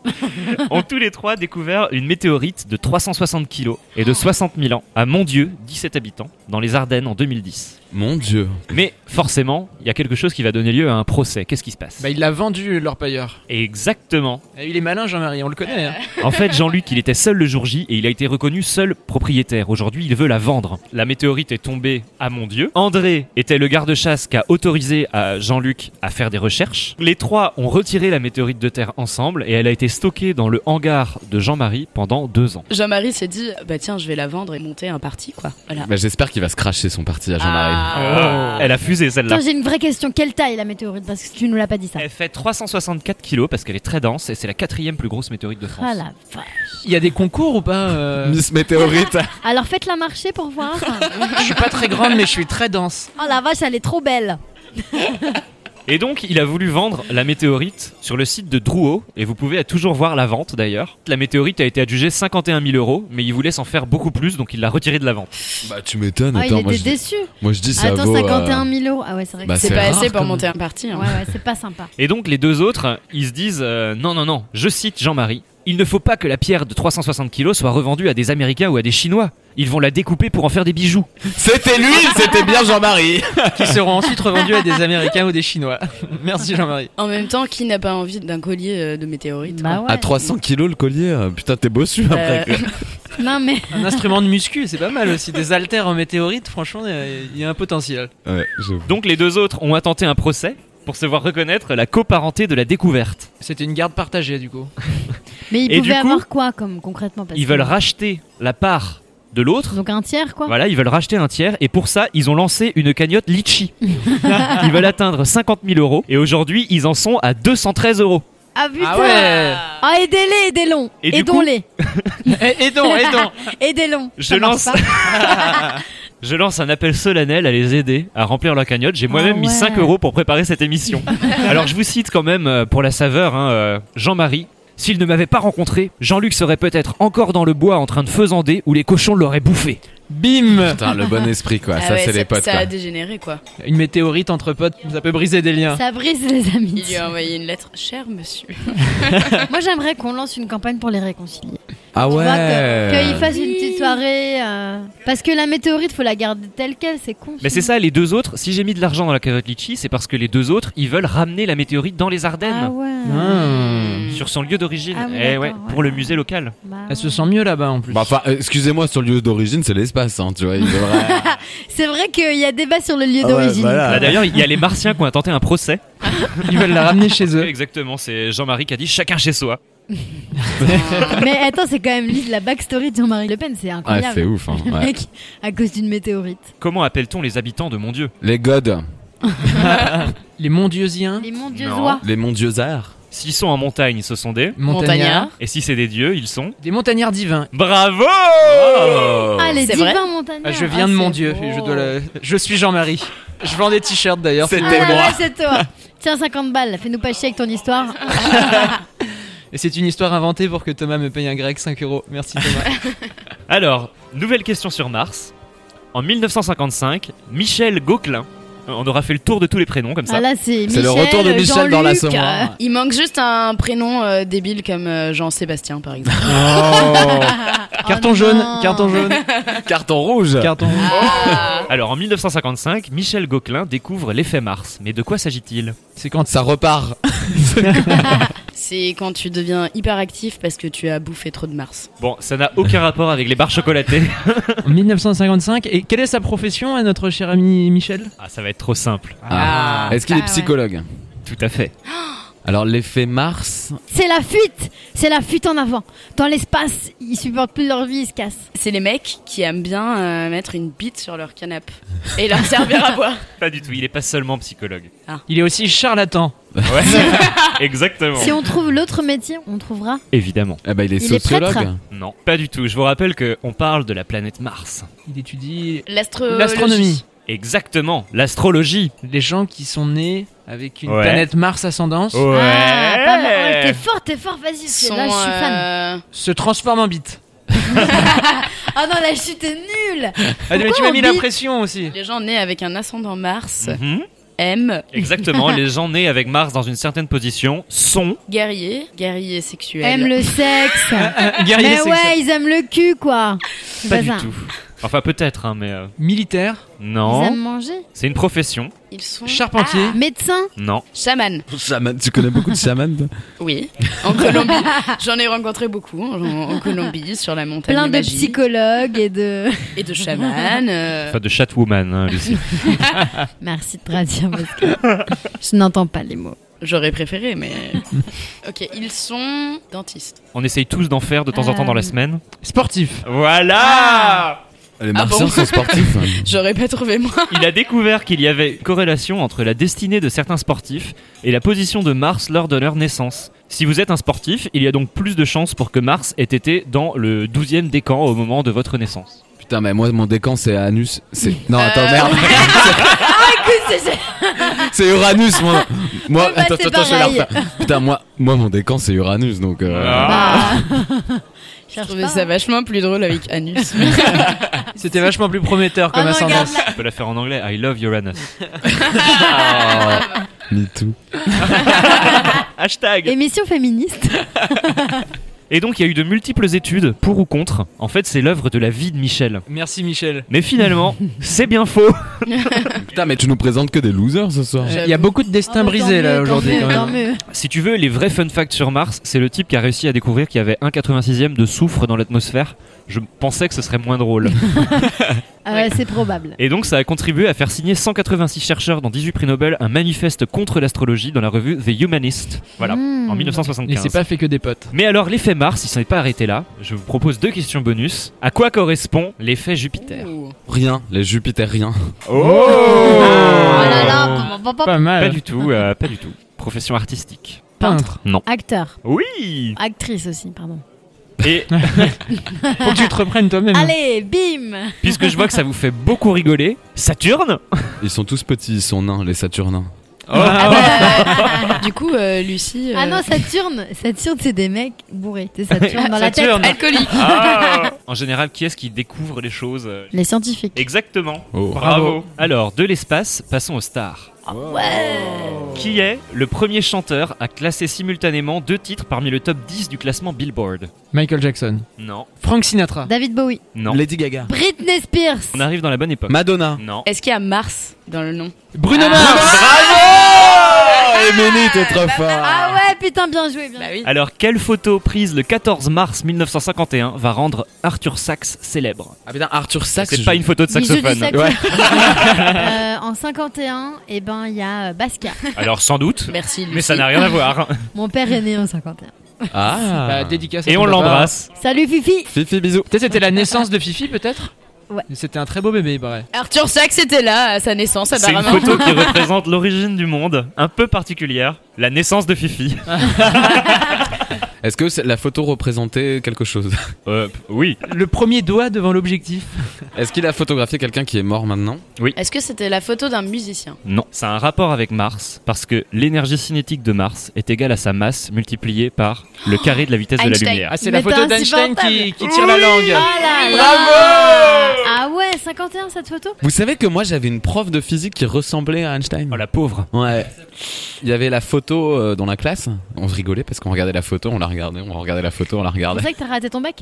Speaker 3: ont tous les trois découvert une météorite de 360 kg et de 60 000 ans à Mondieu, 17 habitants, dans les Ardennes en 2010.
Speaker 1: Mon dieu.
Speaker 3: Mais forcément, il y a quelque chose qui va donner lieu à un procès. Qu'est-ce qui se passe
Speaker 6: Bah, il l'a vendu l'orpailleur.
Speaker 3: Exactement.
Speaker 6: Eh, Il est malin Jean-Marie, on le connaît. hein.
Speaker 3: En fait, Jean-Luc, il était seul le jour J et il a été reconnu seul propriétaire. Aujourd'hui, il veut la vendre. La météorite est tombée à Mondieu. André était le garde-chasse qui a autorisé à Jean-Luc à faire des recherches. Les trois ont retiré la météorite de terre ensemble et elle a été stockée dans le hangar de Jean-Marie pendant deux ans.
Speaker 5: Jean-Marie s'est dit, bah tiens, je vais la vendre et monter un parti, quoi. Voilà.
Speaker 1: Bah, J'espère qu'il va se cracher son parti à Jean-Marie.
Speaker 5: Ah.
Speaker 3: Elle a fusé celle-là.
Speaker 4: Attends, j'ai une vraie question. Quelle taille la météorite Parce que tu nous l'as pas dit ça.
Speaker 3: Elle fait 364 kilos parce qu'elle est très dense et c'est la quatrième plus grosse météorite de France.
Speaker 4: Ah la vache.
Speaker 6: Il y a des concours ou pas euh,
Speaker 1: Ah. Miss météorite.
Speaker 4: Alors faites-la marcher pour voir.
Speaker 6: Je suis pas très grande mais je suis très dense.
Speaker 4: Oh la vache, elle est trop belle.
Speaker 3: Et donc, il a voulu vendre la météorite sur le site de Drouot et vous pouvez toujours voir la vente d'ailleurs. La météorite a été adjugée 51 000 euros, mais il voulait s'en faire beaucoup plus donc il l'a retirée de la vente.
Speaker 1: Bah tu m'étonnes.
Speaker 4: Ah, il
Speaker 1: Attends, moi
Speaker 4: était
Speaker 1: je,
Speaker 4: déçu.
Speaker 1: moi je dis ça
Speaker 4: Attends,
Speaker 1: vaut. euh,
Speaker 4: 51 000 euros. Ah ouais, c'est vrai que
Speaker 1: bah,
Speaker 4: c'est-
Speaker 5: C'est pas
Speaker 1: rare,
Speaker 5: assez pour
Speaker 1: quand
Speaker 5: monter un parti. hein.
Speaker 4: Ouais, ouais, c'est pas sympa.
Speaker 3: Et donc, les deux autres, ils se disent euh, non, non, non, je cite Jean-Marie. Il ne faut pas que la pierre de 360 kilos soit revendue à des Américains ou à des Chinois. Ils vont la découper pour en faire des bijoux.
Speaker 1: C'était lui, c'était bien Jean-Marie.
Speaker 6: qui seront ensuite revendus à des Américains ou des Chinois. Merci Jean-Marie.
Speaker 5: En même temps, qui n'a pas envie d'un collier euh, de météorites
Speaker 4: Bah
Speaker 5: quoi
Speaker 4: ouais.
Speaker 1: À 300 kilos le collier, euh, putain t'es bossu après.
Speaker 5: Euh,
Speaker 4: Non, mais
Speaker 6: Un instrument de muscu, c'est pas mal aussi. Des haltères en météorite, franchement, euh, il y a un potentiel.
Speaker 1: Ouais, j'avoue.
Speaker 3: Donc les deux autres ont intenté un procès pour se voir reconnaître la coparenté de la découverte.
Speaker 6: C'était une garde partagée du coup.
Speaker 4: mais
Speaker 3: Et
Speaker 4: ils pouvaient
Speaker 3: du coup,
Speaker 4: avoir quoi comme concrètement parce
Speaker 3: Ils
Speaker 4: que-
Speaker 3: veulent racheter la part de l'autre.
Speaker 4: donc un tiers quoi.
Speaker 3: Voilà, ils veulent racheter un tiers et pour ça, ils ont lancé une cagnotte Litchi. ils veulent atteindre 50 000 euros et aujourd'hui, ils en sont à 213 euros.
Speaker 4: Ah putain.
Speaker 6: Ah ouais
Speaker 4: Ah, aidez-les, aidez-les.
Speaker 3: Et du
Speaker 4: Aidons-les.
Speaker 6: Et, et donc, et donc.
Speaker 4: Aidez-les.
Speaker 3: Je
Speaker 4: Ça marche
Speaker 3: lance-
Speaker 4: pas.
Speaker 3: Je lance un appel solennel à les aider à remplir leur cagnotte. J'ai moi-même
Speaker 4: Ah
Speaker 3: mis
Speaker 4: ouais.
Speaker 3: 5 euros pour préparer cette émission. Alors je vous cite quand même euh, pour la saveur, hein, euh, Jean-Marie. S'il ne m'avait pas rencontré, Jean-Luc serait peut-être encore dans le bois en train de faisander où les cochons l'auraient bouffé.
Speaker 6: Bim
Speaker 1: Putain le bon esprit quoi,
Speaker 5: ah
Speaker 1: Bah, ça
Speaker 5: ouais,
Speaker 1: c'est les potes
Speaker 5: Ça a
Speaker 1: quoi.
Speaker 5: dégénéré quoi.
Speaker 6: Une météorite entre potes, ça peut briser des liens.
Speaker 4: Ça brise les
Speaker 5: Il
Speaker 4: amis.
Speaker 5: lui a envoyé une lettre. Cher monsieur.
Speaker 4: Moi, j'aimerais qu'on lance une campagne pour les réconcilier.
Speaker 1: Ah
Speaker 4: Tu vois, que- Qu'ils
Speaker 1: ouais.
Speaker 4: fassent une petite soirée. euh, Parce que la météorite, faut la garder telle qu'elle, c'est con.
Speaker 3: Mais c'est
Speaker 4: sinon.
Speaker 3: ça, les deux autres, si j'ai mis de l'argent dans la cagnotte Litchi, c'est parce que les deux autres, ils veulent ramener la météorite dans les
Speaker 4: Ah
Speaker 3: Ardennes.
Speaker 4: ouais.
Speaker 1: Hein
Speaker 6: Hmm.
Speaker 3: Sur son lieu d'origine,
Speaker 4: Ah oui,
Speaker 3: Eh
Speaker 4: d'accord,
Speaker 3: ouais,
Speaker 4: ouais.
Speaker 3: pour le musée local.
Speaker 4: Bah,
Speaker 6: Elle se sent mieux là-bas en plus.
Speaker 1: Bah, enfin, euh, excusez-moi, sur le lieu d'origine, c'est l'espace, hein, tu vois. il devrait-
Speaker 4: C'est vrai qu'il y a débat sur le lieu
Speaker 1: Ah ouais,
Speaker 4: d'origine.
Speaker 1: voilà.
Speaker 3: Bah, D'ailleurs, il y a les Martiens qui ont tenté un procès.
Speaker 6: Ils veulent la ramener chez eux.
Speaker 3: Exactement, c'est Jean-Marie qui a dit chacun chez soi.
Speaker 4: Mais attends, c'est quand même lit de la backstory de Jean-Marie Le Pen, c'est
Speaker 1: Ah,
Speaker 4: incroyable.
Speaker 1: c'est ouf, hein,
Speaker 4: Le
Speaker 1: ouais.
Speaker 4: mec, à cause d'une météorite.
Speaker 3: Comment appelle-t-on les habitants de mon Dieu
Speaker 1: Les godes,
Speaker 6: Les Mondieusiens,
Speaker 4: Les mon dieu
Speaker 3: Non.
Speaker 1: les mondieuxards.
Speaker 3: S'ils sont en montagne, ce sont des.
Speaker 6: montagnards,
Speaker 3: Et si c'est des dieux, ils sont.
Speaker 6: des montagnards divins.
Speaker 3: Bravo
Speaker 4: Ah, les
Speaker 5: C'est vrai
Speaker 4: divins montagnards.
Speaker 6: Ah, je viens de
Speaker 5: c'est
Speaker 6: mon Dieu,
Speaker 5: beau.
Speaker 6: et je dois le- je suis Jean-Marie. Je vends des t-shirts d'ailleurs.
Speaker 4: Ah,
Speaker 1: C'était
Speaker 4: ouais,
Speaker 1: moi.
Speaker 4: c'est toi. Tiens, 50 balles, fais-nous pas chier avec ton histoire.
Speaker 6: Et c'est une histoire inventée pour que Thomas me paye un grec 5 euros. Merci Thomas.
Speaker 3: Alors, nouvelle question sur Mars. En 1955, Michel Gauquelin. On aura fait le tour de tous les prénoms comme ça.
Speaker 4: Ah, là, c'est
Speaker 1: C'est le retour de Michel dans
Speaker 4: Jean-Luc, euh,
Speaker 1: l'assommoir.
Speaker 5: Il manque juste un prénom euh, débile comme euh, Jean-Sébastien par exemple.
Speaker 6: carton
Speaker 4: Oh non.
Speaker 6: jaune, carton jaune,
Speaker 1: Carton rouge.
Speaker 6: carton jaune.
Speaker 3: Alors, en 1955, Michel Gauquelin découvre l'effet Mars. Mais de quoi s'agit-il
Speaker 6: C'est quand
Speaker 1: Ça repart.
Speaker 5: C'est quand tu deviens hyperactif parce que tu as bouffé trop de Mars.
Speaker 3: Bon, ça n'a aucun rapport avec les barres chocolatées.
Speaker 6: En 1955. Et quelle est sa profession à notre cher ami Michel
Speaker 3: Ah, ça va être trop simple.
Speaker 1: Ah. Est-ce qu'il
Speaker 5: Ah
Speaker 1: est
Speaker 5: ouais.
Speaker 1: psychologue
Speaker 3: Tout à fait.
Speaker 1: Alors, l'effet Mars.
Speaker 4: C'est la fuite, c'est la fuite en avant. Dans l'espace, ils supportent plus leur vie, ils se cassent.
Speaker 5: C'est les mecs qui aiment bien euh, mettre une bite sur leur canapé et leur servir à boire.
Speaker 3: Pas du tout, il est pas seulement psychologue.
Speaker 6: Il est aussi charlatan.
Speaker 3: Ouais, exactement.
Speaker 4: Si on trouve l'autre métier, on trouvera.
Speaker 3: Évidemment.
Speaker 1: Eh ben, il est
Speaker 4: Il est
Speaker 1: sociologue.
Speaker 4: prêtre.
Speaker 3: Non, pas du tout. Je vous rappelle qu'on parle de la planète Mars.
Speaker 6: Il étudie
Speaker 4: Euh,
Speaker 5: L'astro-
Speaker 6: l'astronomie.
Speaker 3: Exactement, l'astrologie.
Speaker 6: Les gens qui sont nés avec une
Speaker 3: Ouais.
Speaker 6: planète Mars ascendance
Speaker 1: Oh.
Speaker 4: Ah, pas mal. Ouais, T'es fort, t'es fort, vas-y. c'est-
Speaker 5: sont,
Speaker 4: Là, je suis fan.
Speaker 5: euh,
Speaker 6: se transforment en bite. euh,
Speaker 4: Ah non, la chute est nulle.
Speaker 6: Ah, mais tu
Speaker 4: Pourquoi
Speaker 6: m'as
Speaker 4: en
Speaker 6: mis la
Speaker 4: bite
Speaker 6: pression aussi.
Speaker 5: Les gens nés avec un ascendant Mars
Speaker 1: Mm.
Speaker 3: Mhm.
Speaker 5: aiment
Speaker 3: Exactement, les gens nés avec Mars dans une certaine position sont.
Speaker 5: guerrier, guerrier sexuel.
Speaker 4: Aiment le sexe.
Speaker 6: Guerrier
Speaker 4: Mais
Speaker 6: sexuel.
Speaker 4: ouais, ils aiment le cul, quoi. C'est
Speaker 3: Pas du
Speaker 4: ça.
Speaker 3: tout. Enfin, peut-être, hein, mais. euh,
Speaker 6: Militaire,
Speaker 4: Ils
Speaker 3: non. Ah.
Speaker 4: aiment manger.
Speaker 3: C'est une profession.
Speaker 5: Ils sont
Speaker 6: charpentier.
Speaker 4: Médecin.
Speaker 3: Non.
Speaker 5: chamans.
Speaker 1: Chaman, tu connais beaucoup de chamans toi
Speaker 5: Oui, en Colombie. J'en ai rencontré beaucoup en, en Colombie, sur la montagne
Speaker 4: Plein de
Speaker 5: magique.
Speaker 4: psychologues et de.
Speaker 5: et de chamans. euh,
Speaker 3: Enfin, de Chatwoman, hein, Lucie.
Speaker 4: Merci de traduire parce que je n'entends pas les mots.
Speaker 5: J'aurais préféré, mais. ok, ils sont dentistes.
Speaker 3: On essaye tous d'en faire de temps en temps dans la
Speaker 4: Euh.
Speaker 3: semaine.
Speaker 6: Sportif.
Speaker 3: Voilà
Speaker 1: Les martiens
Speaker 5: bon
Speaker 1: sont sportifs.
Speaker 5: J'aurais pas trouvé moi.
Speaker 3: Il a découvert qu'il y avait une corrélation entre la destinée de certains sportifs et la position de Mars lors de leur naissance. Si vous êtes un sportif, il y a donc plus de chances pour que Mars ait été dans le 12e décan au moment de votre naissance.
Speaker 1: Putain, mais moi, mon décan, c'est Anus. C'est... Non, attends,
Speaker 5: Euh,
Speaker 1: merde.
Speaker 4: Écoute, c'est-
Speaker 1: C'est Uranus, moi. Moi,
Speaker 4: Ouais, bah,
Speaker 1: attends,
Speaker 4: c'est
Speaker 1: attends, attends, je vais la
Speaker 4: pareil.
Speaker 1: refaire. Putain, moi, moi, mon décan, c'est Uranus, donc. euh,
Speaker 3: Ah.
Speaker 4: Bah,
Speaker 5: Je
Speaker 4: cherche
Speaker 5: trouvais
Speaker 4: pas,
Speaker 5: ça
Speaker 4: hein.
Speaker 5: vachement plus drôle avec Anus.
Speaker 6: C'était vachement plus prometteur
Speaker 4: Ah
Speaker 6: comme
Speaker 4: non, regarde
Speaker 6: ascendance.
Speaker 4: là.
Speaker 3: On peut la faire en anglais. I love Uranus.
Speaker 1: Me too.
Speaker 3: Hashtag.
Speaker 4: Émission féministe.
Speaker 3: Et, Et donc il y a eu de multiples études pour ou contre. En fait, c'est l'œuvre de la vie de Michel.
Speaker 6: Merci Michel.
Speaker 3: Mais finalement, c'est bien faux.
Speaker 1: Putain, mais tu nous présentes que des losers ce soir.
Speaker 6: Il y a beaucoup de
Speaker 3: Ah, bah,
Speaker 6: destins brisés là aujourd'hui quand même.
Speaker 3: Si tu veux, les vrais fun facts sur Mars, c'est le type qui a réussi à découvrir qu'il y avait 1,86e de soufre dans l'atmosphère. Je pensais que ce serait moins drôle.
Speaker 4: Ah c'est probable.
Speaker 3: Et donc ça a contribué à faire signer 186 chercheurs dans 18 prix Nobel un manifeste contre l'astrologie dans la revue The Humanist. Voilà,
Speaker 4: Hmm.
Speaker 3: en
Speaker 6: Il
Speaker 3: 1975.
Speaker 6: s'est pas fait que des potes.
Speaker 3: Mais alors l'effet Mars, il s'en est pas arrêté là. Je vous propose deux questions bonus. À quoi correspond l'effet Jupiter
Speaker 5: Ouh.
Speaker 1: Rien, les Jupitériens.
Speaker 3: Oh
Speaker 4: Oh là là, pom, pom, pom, pom.
Speaker 6: Pas
Speaker 3: Pas
Speaker 6: mal.
Speaker 3: du tout, euh, pas du tout. Profession artistique.
Speaker 6: Peintre.
Speaker 4: Acteur.
Speaker 3: Oui
Speaker 4: Actrice aussi, pardon.
Speaker 3: Et
Speaker 6: Faut que tu te reprennes toi-même.
Speaker 4: Allez, bim
Speaker 3: puisque je vois que ça vous fait beaucoup rigoler, Saturne
Speaker 1: Ils sont tous petits, ils sont nains, les Saturnins.
Speaker 3: Oh,
Speaker 4: ah, bah, euh,
Speaker 5: Du coup, euh, Lucie. euh,
Speaker 4: ah non, Saturne Saturne, c'est des mecs bourrés. C'est Saturne dans la tête.
Speaker 3: Saturne.
Speaker 5: alcoolique.
Speaker 3: Ah. En général, qui est-ce qui découvre les choses
Speaker 4: Les scientifiques.
Speaker 3: Exactement.
Speaker 1: Oh.
Speaker 3: Bravo. Alors, de l'espace, passons aux stars. Qui est le premier chanteur à classer simultanément deux titres parmi le top 10 du classement Billboard
Speaker 6: Michael Jackson.
Speaker 3: Non.
Speaker 6: Frank Sinatra.
Speaker 4: David Bowie.
Speaker 3: Non.
Speaker 1: Lady Gaga.
Speaker 4: Britney Spears.
Speaker 3: On arrive dans la bonne époque.
Speaker 1: Madonna.
Speaker 3: Non.
Speaker 5: Est-ce qu'il y a Mars dans le nom
Speaker 6: Bruno
Speaker 5: Ah.
Speaker 6: Mars.
Speaker 1: Eh, Ménie, t'es trop fort.
Speaker 4: Ah ouais, putain, bien joué. Bien. joué.
Speaker 5: bah oui.
Speaker 3: Alors, quelle photo prise le 14 mars 1951 va rendre Arthur Sachs célèbre
Speaker 1: Ah putain, Arthur Sachs.
Speaker 3: C'est pas une photo de
Speaker 4: Il joue du
Speaker 3: saxophone.
Speaker 4: saxophone. Euh, en 51, eh ben, il y a euh, Basquiat.
Speaker 3: Alors, sans doute.
Speaker 5: Merci, Lucie.
Speaker 3: Mais ça n'a rien à voir.
Speaker 4: Mon père est né en 51.
Speaker 1: Ah.
Speaker 6: Bah, dédicace à
Speaker 3: Et
Speaker 6: ton
Speaker 3: on
Speaker 6: papa.
Speaker 3: l'embrasse.
Speaker 4: Salut Fifi
Speaker 1: Fifi, bisous.
Speaker 6: Peut-être c'était la naissance de Fifi, peut-être
Speaker 4: Ouais.
Speaker 6: C'était un très beau bébé, il paraît.
Speaker 5: Arthur Sachs était là à sa naissance,
Speaker 3: C'est une
Speaker 5: apparemment.
Speaker 3: photo qui représente l'origine du monde, un peu particulière, la naissance de Fifi.
Speaker 1: Est-ce que c'est- la photo représentait quelque chose
Speaker 3: Euh, oui.
Speaker 6: Le premier doigt devant l'objectif.
Speaker 1: Est-ce qu'il a photographié quelqu'un qui est mort maintenant
Speaker 5: Est-ce que c'était la photo d'un musicien
Speaker 3: Non. Ça a un rapport avec Mars, parce que l'énergie cinétique de Mars est égale à sa masse multipliée par le carré de la vitesse de la
Speaker 5: Einstein.
Speaker 3: lumière.
Speaker 6: Ah, c'est
Speaker 4: Mais
Speaker 6: la
Speaker 4: t'es
Speaker 6: photo d'Einstein
Speaker 4: insupportable.
Speaker 6: qui, qui tire la langue.
Speaker 4: Ah là là.
Speaker 6: Bravo
Speaker 4: Ah ouais, 51 cette photo
Speaker 1: Vous savez que moi j'avais une prof de physique qui ressemblait à Einstein.
Speaker 3: Oh la pauvre.
Speaker 1: Ouais. Il y avait la photo euh, dans la classe. On se rigolait parce qu'on regardait la photo, on la regardait, on regardait la photo, on la
Speaker 4: C'est
Speaker 1: regardait.
Speaker 4: vrai que t'as raté ton bac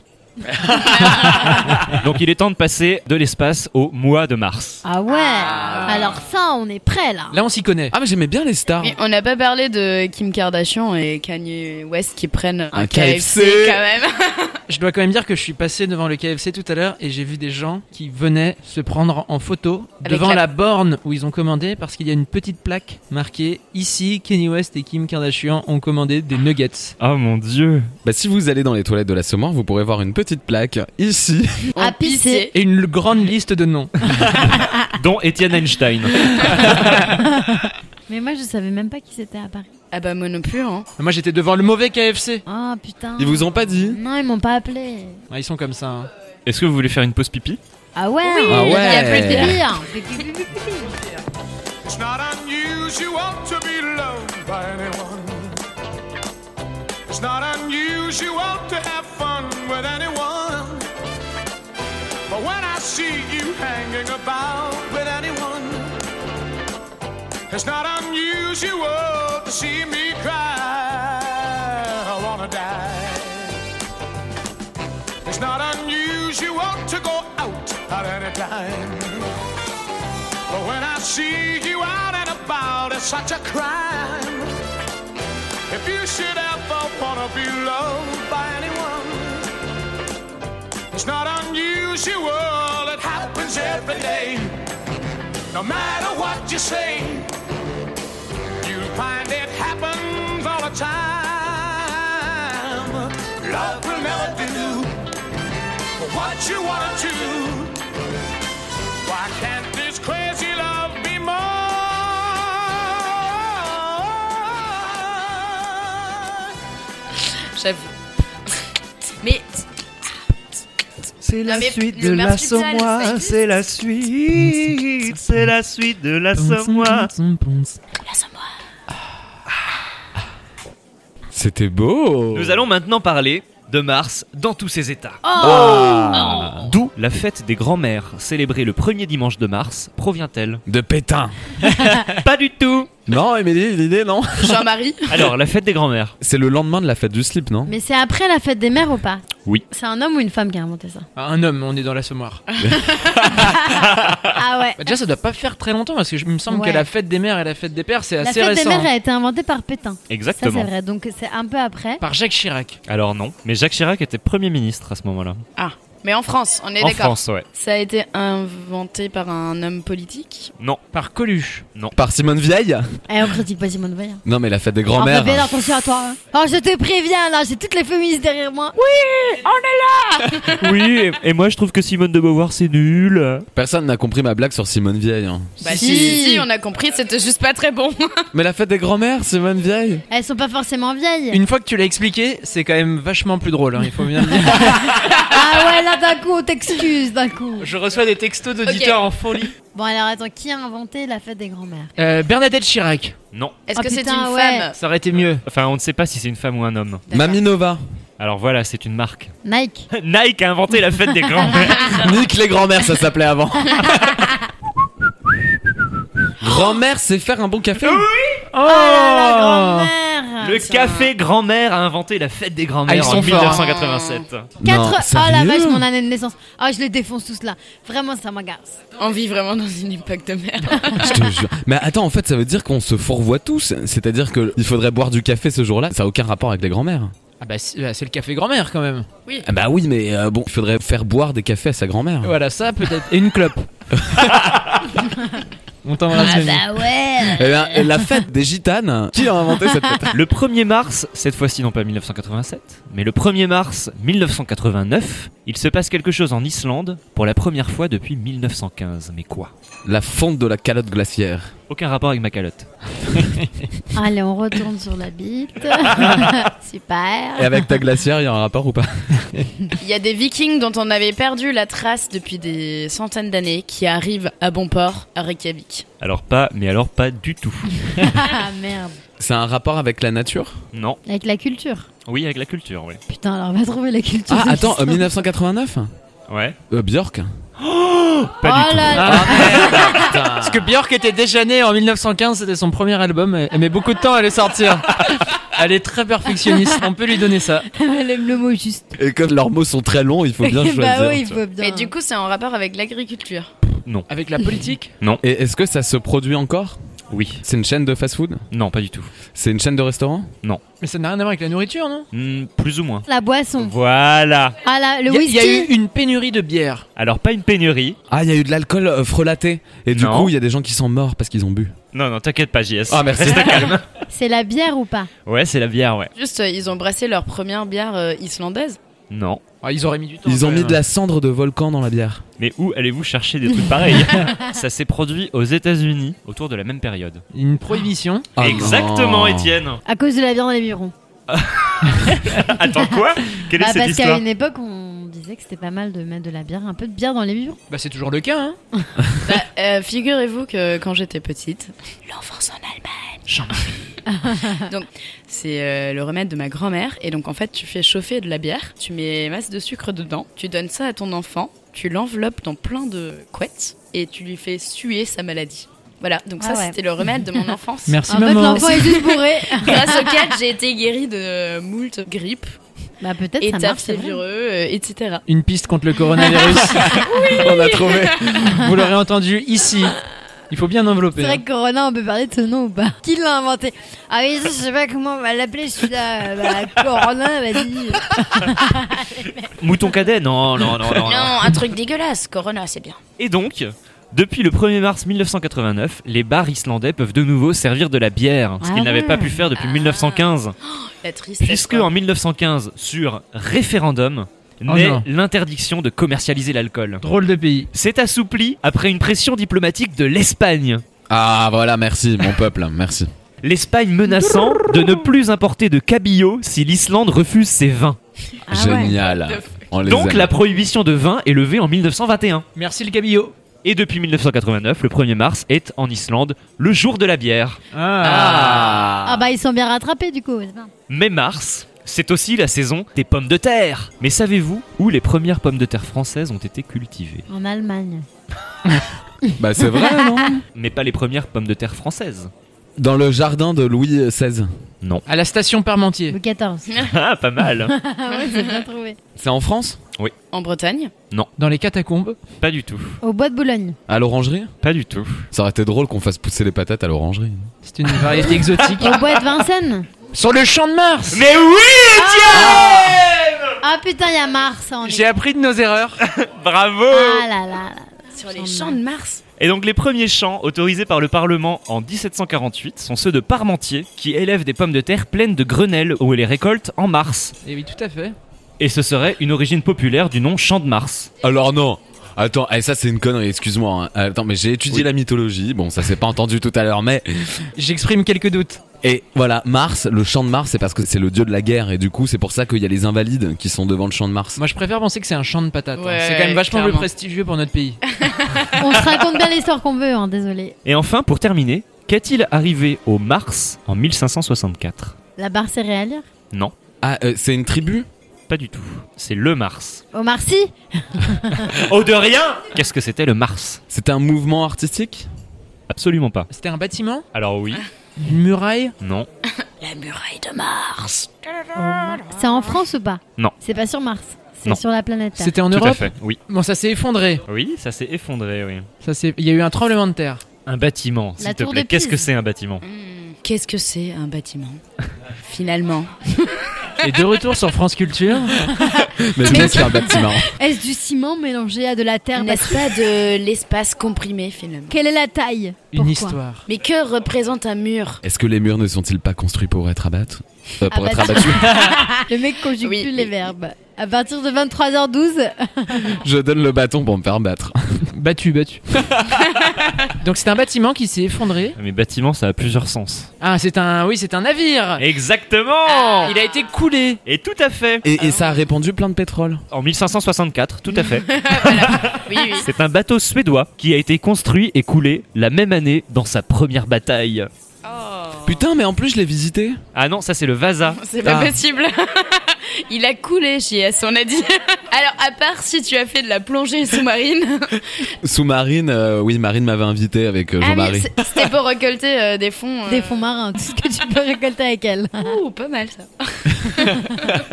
Speaker 3: Donc il est temps de passer de l'espace au mois de Mars.
Speaker 4: Ah ouais Alors ça, on est prêt là
Speaker 6: Là, on s'y connaît.
Speaker 1: Ah mais j'aimais bien les stars.
Speaker 5: Mais on n'a pas parlé de Kim Kardashian et Kanye West qui prennent un,
Speaker 1: Un
Speaker 5: KFC,
Speaker 1: KFC.
Speaker 5: quand même.
Speaker 6: Je dois quand même dire que je suis passé devant le KFC tout à l'heure et j'ai vu des gens qui venaient se prendre en photo
Speaker 5: Avec
Speaker 6: devant
Speaker 5: la-
Speaker 6: la... borne où ils ont commandé parce qu'il y a une petite plaque marquée ici Kenny West et Kim Kardashian ont commandé des nuggets.
Speaker 3: Oh mon dieu.
Speaker 1: Bah si vous allez dans les toilettes de l'assommoir, vous pourrez voir une petite plaque ici.
Speaker 4: À
Speaker 5: On pissait.
Speaker 6: Et une grande liste de noms.
Speaker 3: Dont Étienne Einstein.
Speaker 4: Mais moi, je savais même pas qui c'était à Paris.
Speaker 5: Ah bah moi non plus, hein.
Speaker 6: Moi j'étais devant le mauvais KFC.
Speaker 4: Ah putain
Speaker 1: Ils vous ont pas dit
Speaker 4: Non, ils m'ont pas appelé
Speaker 6: Ouais, ils sont comme ça. hein.
Speaker 3: Est-ce que vous voulez faire une pause pipi
Speaker 4: Ah ouais
Speaker 1: Ah ouais.
Speaker 4: Il y a plus de délire. On fait que pipi, pipi, pipi.
Speaker 8: It's not unusual to be loved by anyone. It's not unusual to have fun with anyone. But when I see you hanging about with anyone, it's not unusual to see me cry. I wanna die. It's not unusual to go out at any time. But when I see you out and about, it's such a crime. If you should ever wanna be loved by anyone, it's not unusual, it happens every day. No matter what you say, you'll find it happens all the time. Love will never do what you wanna do. Why can't this crazy love be mine?
Speaker 5: J'avoue. Mais
Speaker 9: C'est
Speaker 5: Non,
Speaker 9: la
Speaker 5: mais
Speaker 9: suite
Speaker 5: le
Speaker 9: de
Speaker 5: Mars
Speaker 9: l'assommoir,
Speaker 5: Brutale, ça
Speaker 9: c'est la suite, c'est la suite de l'assommoir.
Speaker 1: C'était beau.
Speaker 3: Nous allons maintenant parler de Mars dans tous ses états.
Speaker 5: Oh
Speaker 1: Ah.
Speaker 3: D'où la fête des grands-mères, célébrée le premier dimanche de mars, provient-elle
Speaker 1: De Pétain.
Speaker 3: Pas du tout
Speaker 1: Non, Émilie, l'idée, non
Speaker 5: Oh, Jean-Marie
Speaker 3: Alors, la fête des grands-mères.
Speaker 1: C'est le lendemain de la fête du slip, non
Speaker 4: Mais c'est après la fête des mères ou pas
Speaker 1: Oui.
Speaker 4: C'est un homme ou une femme qui a inventé ça
Speaker 6: Ah, Un homme, on est dans la semoire.
Speaker 4: Ah ouais.
Speaker 6: Bah, déjà, ça doit pas faire très longtemps parce que je il me semble
Speaker 4: Ouais.
Speaker 6: que la fête des mères et la fête des pères, c'est
Speaker 4: La
Speaker 6: assez
Speaker 4: fête
Speaker 6: récent.
Speaker 4: des mères
Speaker 6: hein.
Speaker 4: a été inventée par Pétain. Ça c'est
Speaker 3: Exactement.
Speaker 4: vrai, donc c'est un peu après.
Speaker 6: Par Jacques Chirac.
Speaker 3: Alors non, mais Jacques Chirac était Premier ministre à ce moment-là.
Speaker 5: Ah, mais en France, on est
Speaker 3: En
Speaker 5: d'accord.
Speaker 3: France, ouais.
Speaker 5: Ça a été inventé par un homme politique
Speaker 6: Par Coluche.
Speaker 1: Par Simone Vieille
Speaker 4: Et on critique pas Simone Veil. hein.
Speaker 1: Non, mais la fête des
Speaker 4: Oh,
Speaker 1: grands-mères.
Speaker 4: fais bien attention à toi. hein. Oh, je te préviens, là, j'ai toutes les féministes derrière moi. Oui
Speaker 3: oui, et, et moi je trouve que Simone de Beauvoir c'est nul.
Speaker 1: Personne n'a compris ma blague sur Simone Vieille. hein.
Speaker 5: Bah
Speaker 4: Si.
Speaker 5: si, si, on a compris, c'était juste pas très bon.
Speaker 1: Mais la fête des grands-mères, Simone Vieille
Speaker 4: Elles sont pas forcément vieilles.
Speaker 6: Une fois que tu l'as expliqué, c'est quand même vachement plus drôle, hein, il faut bien le dire.
Speaker 4: Ah ouais, là, d'un coup, on t'excuse, d'un coup.
Speaker 6: Je reçois des textos d'auditeurs en folie.
Speaker 4: Bon, alors attends, qui a inventé la fête des grands-mères
Speaker 6: Euh, Bernadette Chirac,
Speaker 3: Non.
Speaker 5: Est-ce
Speaker 4: Ah,
Speaker 5: que c'est une
Speaker 4: putain, ouais.
Speaker 5: femme
Speaker 6: ça aurait été mieux.
Speaker 3: Enfin, on ne sait pas si c'est une femme ou un homme.
Speaker 5: D'accord.
Speaker 1: Mamie Nova.
Speaker 3: Alors voilà, c'est une marque.
Speaker 4: Nike.
Speaker 3: Nike a inventé la fête des grands-mères.
Speaker 1: Nique les grands-mères, ça s'appelait avant. Grand-mère, c'est faire un bon café
Speaker 4: Oh, là là, grand-mère
Speaker 3: Le café grand-mère a inventé la fête des
Speaker 6: Ah, ils
Speaker 3: grands-mères en
Speaker 6: sont forts, hein.
Speaker 3: 1987.
Speaker 1: Non,
Speaker 4: Quatre... Oh la
Speaker 1: sérieux
Speaker 4: vache, mon année de naissance. Oh, je les défonce tous là. Vraiment, ça m'agace.
Speaker 5: On vit vraiment dans une époque de merde.
Speaker 1: Je te jure. Mais attends, en fait, ça veut dire qu'on se fourvoie tous. C'est-à-dire qu'il faudrait boire du café ce jour-là. Ça a aucun rapport avec les grands-mères.
Speaker 6: Ah bah c'est bah, c'est le café grand-mère quand même.
Speaker 1: Ah bah oui, mais euh, bon, il faudrait faire boire des cafés à sa grand-mère.
Speaker 6: Voilà, ça peut-être. Et une clope. On t'embrasse.
Speaker 4: Ah
Speaker 6: Mimi.
Speaker 4: bah ouais
Speaker 1: Eh bien, la fête des gitanes. Qui a inventé cette fête
Speaker 3: Le 1er mars, cette fois-ci non pas 1987, mais le 1er mars 1989, il se passe quelque chose en Islande pour la première fois depuis 1915. Mais quoi
Speaker 1: La fonte de la calotte glaciaire.
Speaker 3: Aucun rapport avec ma calotte.
Speaker 4: Allez, on retourne sur la bite. Super.
Speaker 1: Et avec ta glacière, il y a un rapport ou pas
Speaker 5: Il y a des vikings dont on avait perdu la trace depuis des centaines d'années qui arrivent à bon port, à Reykjavik.
Speaker 3: Alors pas, mais alors pas du tout.
Speaker 4: Ah merde.
Speaker 1: C'est un rapport avec la nature
Speaker 3: Non.
Speaker 4: Avec la culture.
Speaker 3: Oui, avec la culture, oui.
Speaker 4: Putain, alors on va trouver la culture.
Speaker 1: Ah,
Speaker 4: de
Speaker 1: attends, euh,
Speaker 4: l'histoire.
Speaker 1: 1989
Speaker 3: Ouais.
Speaker 1: euh, Björk
Speaker 3: Pas
Speaker 4: oh
Speaker 3: du
Speaker 4: là là.
Speaker 6: Ah, Parce que Björk était déjà née en 1915, c'était son premier album. Elle elle met beaucoup de temps à le sortir. Elle est très perfectionniste, on peut lui donner ça.
Speaker 4: Elle aime le mot juste.
Speaker 1: Et comme leurs mots sont très longs, il faut bien choisir.
Speaker 4: bah oui, il
Speaker 1: tu vois.
Speaker 4: faut bien.
Speaker 5: Et du coup, c'est en rapport avec l'agriculture.
Speaker 6: Avec la politique
Speaker 1: Et est-ce que ça se produit encore
Speaker 3: tout. Oui.
Speaker 1: C'est une chaîne de fast-food
Speaker 3: Non, pas du tout.
Speaker 1: C'est une chaîne de restaurants
Speaker 6: Mais ça n'a rien à voir avec la nourriture, non
Speaker 3: Hmm, plus ou moins.
Speaker 4: La
Speaker 3: Hmm.
Speaker 4: boisson.
Speaker 3: Voilà.
Speaker 4: Ah là, le
Speaker 6: Il y, a-
Speaker 4: whisky.
Speaker 6: il y a eu une pénurie de bière.
Speaker 3: Alors pas une pénurie.
Speaker 1: Ah, il y a eu de l'alcool euh, frelaté. Et du
Speaker 3: Non.
Speaker 1: coup, il y a des gens qui sont morts parce qu'ils ont bu.
Speaker 3: Non, non, t'inquiète pas, JS.
Speaker 1: Ah, merci.
Speaker 3: Reste calme.
Speaker 4: C'est la bière ou pas
Speaker 3: Ouais, c'est la bière, ouais.
Speaker 5: Juste, euh, ils ont brassé leur première bière euh, islandaise.
Speaker 3: Non.
Speaker 6: Ah, ils auraient mis du temps.
Speaker 1: Ils ont
Speaker 6: quand
Speaker 1: mis
Speaker 6: même.
Speaker 1: de la cendre de volcan dans la bière.
Speaker 3: Mais où allez-vous chercher des trucs pareils Ça s'est produit aux États-Unis autour de la même période.
Speaker 6: Une prohibition.
Speaker 1: Ah, non.
Speaker 3: Exactement, Étienne.
Speaker 4: À cause de la bière dans les biberons.
Speaker 3: Attends quoi Quelle
Speaker 4: Bah,
Speaker 3: est cette
Speaker 4: parce qu'à
Speaker 3: histoire
Speaker 4: une époque, on disait que c'était pas mal de mettre de la bière, un peu de bière dans les biberons.
Speaker 6: Bah, c'est toujours le cas, hein.
Speaker 5: Bah, euh, Figurez-vous que quand j'étais petite, l'enfance en Allemagne. donc, c'est euh, le remède de ma grand-mère. Et donc, en fait, tu fais chauffer de la bière, tu mets masse de sucre dedans, tu donnes ça à ton enfant, tu l'enveloppes dans plein de couettes et tu lui fais suer sa maladie. Voilà, donc
Speaker 4: Ah
Speaker 5: ça,
Speaker 4: ouais.
Speaker 5: c'était le remède de mon enfance.
Speaker 6: Merci,
Speaker 4: en fait,
Speaker 6: maman.
Speaker 4: l'enfant est juste bourré.
Speaker 5: Grâce auquel j'ai été guérie de moult grippe,
Speaker 4: bah, peut-être ça marche,
Speaker 5: étapes
Speaker 4: c'est vrai.
Speaker 5: vireux, euh, etc.
Speaker 6: Une piste contre le coronavirus.
Speaker 1: On a trouvé.
Speaker 6: Vous l'aurez entendu ici. Il faut bien envelopper.
Speaker 4: C'est vrai
Speaker 6: hein.
Speaker 4: que Corona, on peut parler de ce nom ou pas Qui l'a inventé Ah oui, ça, je sais pas comment on va l'appeler celui-là. Bah, Corona, vas-y.
Speaker 3: Mouton cadet Non, non, non, non. non.
Speaker 5: Non,
Speaker 1: Ah.
Speaker 5: un truc dégueulasse, Corona, c'est bien.
Speaker 3: Et donc, depuis le 1er mars 1989, les bars islandais peuvent de nouveau servir de la bière, ce
Speaker 4: Ah
Speaker 3: qu'ils n'avaient
Speaker 4: ouais.
Speaker 3: pas pu faire depuis 1915,
Speaker 5: La tristesse.
Speaker 3: puisque
Speaker 5: quoi.
Speaker 3: en 1915, sur référendum,
Speaker 6: Oh
Speaker 3: naît
Speaker 6: non.
Speaker 3: l'interdiction de commercialiser l'alcool.
Speaker 6: Drôle de pays.
Speaker 3: C'est assoupli après une pression diplomatique de l'Espagne.
Speaker 1: Ah, voilà, merci, mon peuple, merci.
Speaker 3: L'Espagne menaçant de ne plus importer de cabillaud si l'Islande refuse ses vins.
Speaker 4: Ah ouais.
Speaker 1: Génial. On les
Speaker 3: Donc
Speaker 1: aime.
Speaker 3: la prohibition de vin est levée en 1921.
Speaker 6: Merci le cabillaud.
Speaker 3: Et depuis 1989, le 1er mars est en Islande le jour de la bière.
Speaker 6: Ah.
Speaker 4: Ah bah, ils sont bien rattrapés du coup. c'est bien.
Speaker 3: Mais mars C'est aussi la saison des pommes de terre. Mais savez-vous où les premières pommes de terre françaises ont été cultivées
Speaker 4: En Allemagne.
Speaker 1: Bah c'est vrai.
Speaker 3: Mais pas les premières pommes de terre françaises.
Speaker 1: Dans le jardin de Louis XVI.
Speaker 6: À la station Parmentier.
Speaker 4: Le 14.
Speaker 3: Ah, pas mal.
Speaker 4: Ah ouais, c'est bien trouvé.
Speaker 1: C'est en France
Speaker 5: En Bretagne
Speaker 6: Dans les catacombes.
Speaker 3: Pas du tout.
Speaker 4: Au bois de Boulogne.
Speaker 1: À l'orangerie
Speaker 3: Pas du tout.
Speaker 1: Ça aurait été drôle qu'on fasse pousser les patates à l'orangerie.
Speaker 6: C'est une variété exotique.
Speaker 4: Au bois de Vincennes.
Speaker 6: Sur le champ de Mars
Speaker 3: Mais oui
Speaker 4: Ah putain, il y a Mars en
Speaker 6: J'ai appris de nos erreurs.
Speaker 3: Bravo
Speaker 4: Ah là là. là.
Speaker 5: Sur
Speaker 4: Champ
Speaker 5: les
Speaker 4: de
Speaker 5: champs de Mars
Speaker 3: Et donc les premiers champs autorisés par le Parlement en 1748 sont ceux de Parmentier, qui élève des pommes de terre pleines de grenelles où elle les récolte en mars.
Speaker 6: Et Eh oui, tout à fait.
Speaker 3: Et ce serait une origine populaire du nom champ de Mars.
Speaker 1: Alors non Attends, eh, ça c'est une connerie, excuse-moi. hein. Attends, mais j'ai étudié la mythologie, bon ça s'est pas entendu tout à l'heure, mais...
Speaker 6: J'exprime quelques doutes.
Speaker 1: Et voilà, Mars, le champ de Mars, c'est parce que c'est le dieu de la guerre, et du coup c'est pour ça qu'il y a les invalides qui sont devant le champ de Mars.
Speaker 6: Moi, je préfère penser que c'est un champ de patates. hein.
Speaker 5: Ouais,
Speaker 6: C'est quand même vachement plus
Speaker 5: clairement.
Speaker 6: prestigieux pour notre pays.
Speaker 4: On se raconte bien l'histoire qu'on veut, hein, désolé.
Speaker 3: Et enfin, pour terminer, qu'est-il arrivé au Mars en 1564
Speaker 4: La barre céréalière.
Speaker 3: Non,
Speaker 1: Ah, euh, c'est une tribu
Speaker 3: pas du tout. C'est le Mars.
Speaker 4: Au Marcy.
Speaker 3: Oh de rien Qu'est-ce que c'était le Mars
Speaker 1: C'était un mouvement artistique
Speaker 3: Absolument pas.
Speaker 6: C'était un bâtiment
Speaker 3: Alors oui,
Speaker 6: Une muraille
Speaker 3: non,
Speaker 5: La muraille de Mars
Speaker 4: C'est en France ou pas
Speaker 3: Non.
Speaker 4: C'est pas sur Mars. C'est
Speaker 3: Non.
Speaker 4: sur la planète Terre.
Speaker 6: C'était en
Speaker 3: tout à
Speaker 6: Europe
Speaker 3: fait. Oui,
Speaker 6: Bon, ça s'est effondré.
Speaker 3: oui, ça s'est effondré, oui.
Speaker 6: Ça s'est- Il y a eu un tremblement de terre.
Speaker 3: Un bâtiment,
Speaker 4: La
Speaker 3: s'il te
Speaker 4: tour
Speaker 3: plaît.
Speaker 4: de
Speaker 3: Qu'est-ce que
Speaker 4: Pise.
Speaker 3: c'est un bâtiment
Speaker 5: Qu'est-ce que c'est un bâtiment Finalement.
Speaker 6: Et de retour sur France Culture.
Speaker 1: Mais c'est qu'un bâtiment.
Speaker 4: Est-ce du ciment mélangé à de la terre parce-
Speaker 5: N'est-ce pas de l'espace comprimé finalement
Speaker 4: Quelle est la taille
Speaker 6: Une
Speaker 4: Pourquoi
Speaker 6: histoire.
Speaker 5: Mais que représente un mur
Speaker 1: Est-ce que les murs ne sont-ils pas construits pour être abattus Euh, Pour être
Speaker 4: Abattus.
Speaker 1: abattus
Speaker 4: Le mec conjugue
Speaker 5: Oui,
Speaker 4: plus
Speaker 5: oui,
Speaker 4: les
Speaker 5: oui.
Speaker 4: verbes. À partir de 23h12,
Speaker 1: Je donne le bâton pour me faire battre.
Speaker 6: Battu, battu. Donc c'est un bâtiment qui s'est effondré.
Speaker 3: Mais bâtiment, ça a plusieurs sens.
Speaker 6: Ah, c'est un, oui, c'est un navire.
Speaker 4: Ah,
Speaker 3: Exactement
Speaker 6: Il a été coulé.
Speaker 3: Et tout à fait
Speaker 1: Et, et ça a répandu plein de pétrole.
Speaker 3: En 1564, tout à fait.
Speaker 5: Oui, oui.
Speaker 3: C'est un bateau suédois qui a été construit et coulé la même année dans sa première bataille.
Speaker 5: Oh.
Speaker 1: Putain, mais en plus je l'ai visité.
Speaker 3: Ah non, ça c'est le Vasa.
Speaker 5: C'est pas
Speaker 1: Ah.
Speaker 5: possible. Il a coulé, JS, on a dit. Alors, à part si tu as fait de la plongée sous-marine.
Speaker 1: Sous-marine, euh, oui, Marine m'avait invité avec euh,
Speaker 5: Ah, mais
Speaker 1: Jean-Marie.
Speaker 5: c'est- C'était pour récolter euh, des fonds. euh,
Speaker 4: des fonds marins, tout ce que tu peux récolter avec elle.
Speaker 5: Ouh, pas mal ça.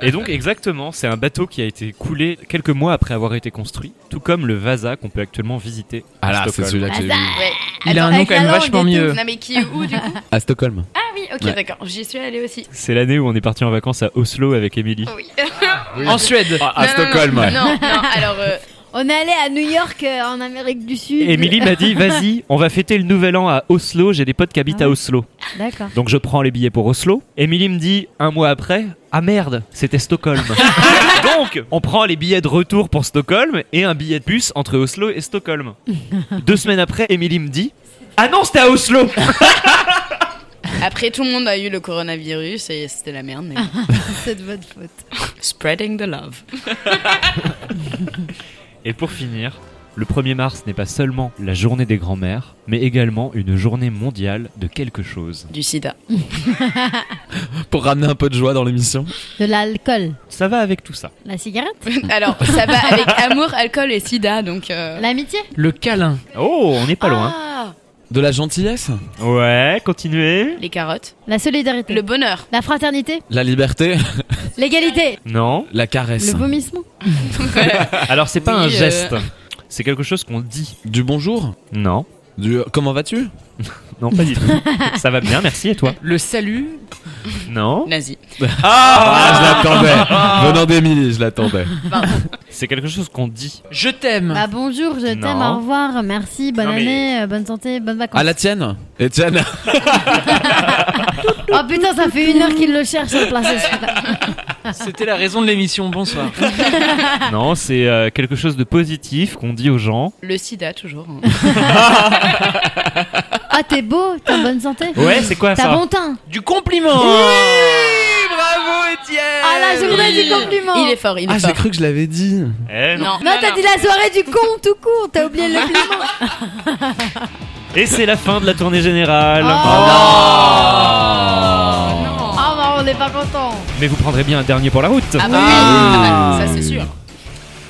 Speaker 3: Et donc exactement, c'est un bateau qui a été coulé quelques mois après avoir été construit, tout comme le Vasa qu'on peut actuellement visiter.
Speaker 1: ah là,
Speaker 3: à
Speaker 1: c'est
Speaker 3: Stockholm.
Speaker 1: celui-là que j'ai vu.
Speaker 5: Ouais.
Speaker 6: Il a un
Speaker 5: Attends,
Speaker 6: nom
Speaker 5: avec
Speaker 6: quand
Speaker 5: la
Speaker 6: même
Speaker 5: langue
Speaker 6: vachement
Speaker 5: et tout.
Speaker 6: mieux.
Speaker 5: Non, mais qui est où du coup
Speaker 1: À Stockholm.
Speaker 5: Ah oui, ok,
Speaker 1: Ouais.
Speaker 5: d'accord. J'y suis allée aussi.
Speaker 3: C'est l'année où on est parti en vacances à Oslo avec Émilie.
Speaker 5: Oh, oui.
Speaker 6: En Suède.
Speaker 1: à
Speaker 5: Ah, Non, non,
Speaker 1: Stockholm,
Speaker 5: non,
Speaker 1: ouais.
Speaker 5: Non, non, alors. euh,
Speaker 4: On est allé à New York, euh, en Amérique du Sud.
Speaker 3: Émilie m'a dit, vas-y, on va fêter le nouvel an à Oslo, j'ai des potes qui
Speaker 5: Ah.
Speaker 3: habitent à Oslo.
Speaker 4: D'accord.
Speaker 3: Donc je prends les billets pour Oslo. Émilie me dit un mois après, ah merde, c'était Stockholm. Donc on prend les billets de retour pour Stockholm et un billet de bus entre Oslo et Stockholm. Deux semaines après, Émilie me dit, ah non, c'était à Oslo.
Speaker 5: Après, tout le monde a eu le coronavirus et c'était la merde. Mais... bon.
Speaker 4: C'est de votre faute.
Speaker 5: Spreading the love.
Speaker 3: Et pour finir, le 1er mars n'est pas seulement la journée des grands-mères, mais également une journée mondiale de quelque chose.
Speaker 5: Du sida.
Speaker 1: Pour ramener un peu de joie dans l'émission.
Speaker 4: De l'alcool.
Speaker 3: Ça va avec tout ça.
Speaker 4: La cigarette
Speaker 5: Alors, ça va avec amour, alcool et sida, donc. euh,
Speaker 4: L'amitié
Speaker 6: Le câlin.
Speaker 3: Oh, on n'est pas loin.
Speaker 5: Ah,
Speaker 1: De la gentillesse
Speaker 3: Ouais, continuez.
Speaker 5: les carottes.
Speaker 4: La solidarité
Speaker 5: Le bonheur.
Speaker 4: La fraternité
Speaker 1: La liberté
Speaker 4: L'égalité
Speaker 3: Non.
Speaker 1: La caresse
Speaker 4: Le vomissement
Speaker 3: Alors c'est pas
Speaker 5: Oui,
Speaker 3: un
Speaker 5: euh.
Speaker 3: geste. C'est quelque chose qu'on dit.
Speaker 1: Du bonjour
Speaker 3: Non.
Speaker 1: Du comment vas-tu
Speaker 3: Non, pas du tout. Ça va bien, merci et toi
Speaker 6: Le salut.
Speaker 3: Non.
Speaker 5: Nazi.
Speaker 1: Ah, je l'attendais Venant d'Émilie, je l'attendais.
Speaker 3: C'est quelque chose qu'on dit.
Speaker 6: Je t'aime.
Speaker 4: Bah bonjour, je t'aime,
Speaker 3: Non.
Speaker 4: au revoir, merci, bonne
Speaker 3: Non, mais-
Speaker 4: année, euh, bonne santé, bonnes vacances.
Speaker 1: À la tienne Etienne
Speaker 4: Oh putain, ça fait une heure qu'il le cherche à le placer celui-là.
Speaker 6: Ah, C'était la raison de l'émission. Bonsoir.
Speaker 3: Non, c'est euh, quelque chose de positif qu'on dit aux gens.
Speaker 5: Le sida, toujours. hein.
Speaker 4: Ah t'es beau, t'es en bonne santé
Speaker 3: Ouais, c'est quoi
Speaker 4: T'as
Speaker 3: ça Oh.
Speaker 4: bon teint
Speaker 6: Du compliment. Oui, bravo Étienne.
Speaker 4: Ah la journée
Speaker 5: Il-
Speaker 4: du compliment
Speaker 5: Il est fort, il est
Speaker 1: Ah, j'ai
Speaker 5: fort.
Speaker 1: cru que je l'avais dit.
Speaker 3: Eh non.
Speaker 5: Non,
Speaker 4: Non, t'as dit la soirée du con tout court, t'as oublié le compliment
Speaker 3: Et
Speaker 5: Oh. Ah,
Speaker 1: Ah,
Speaker 3: c'est la fin de la tournée générale.
Speaker 4: Oh.
Speaker 5: non.
Speaker 4: Ah bah on est pas content.
Speaker 3: Mais vous prendrez bien un dernier pour la route.
Speaker 5: Ah bah oui, ah bah, ça c'est sûr.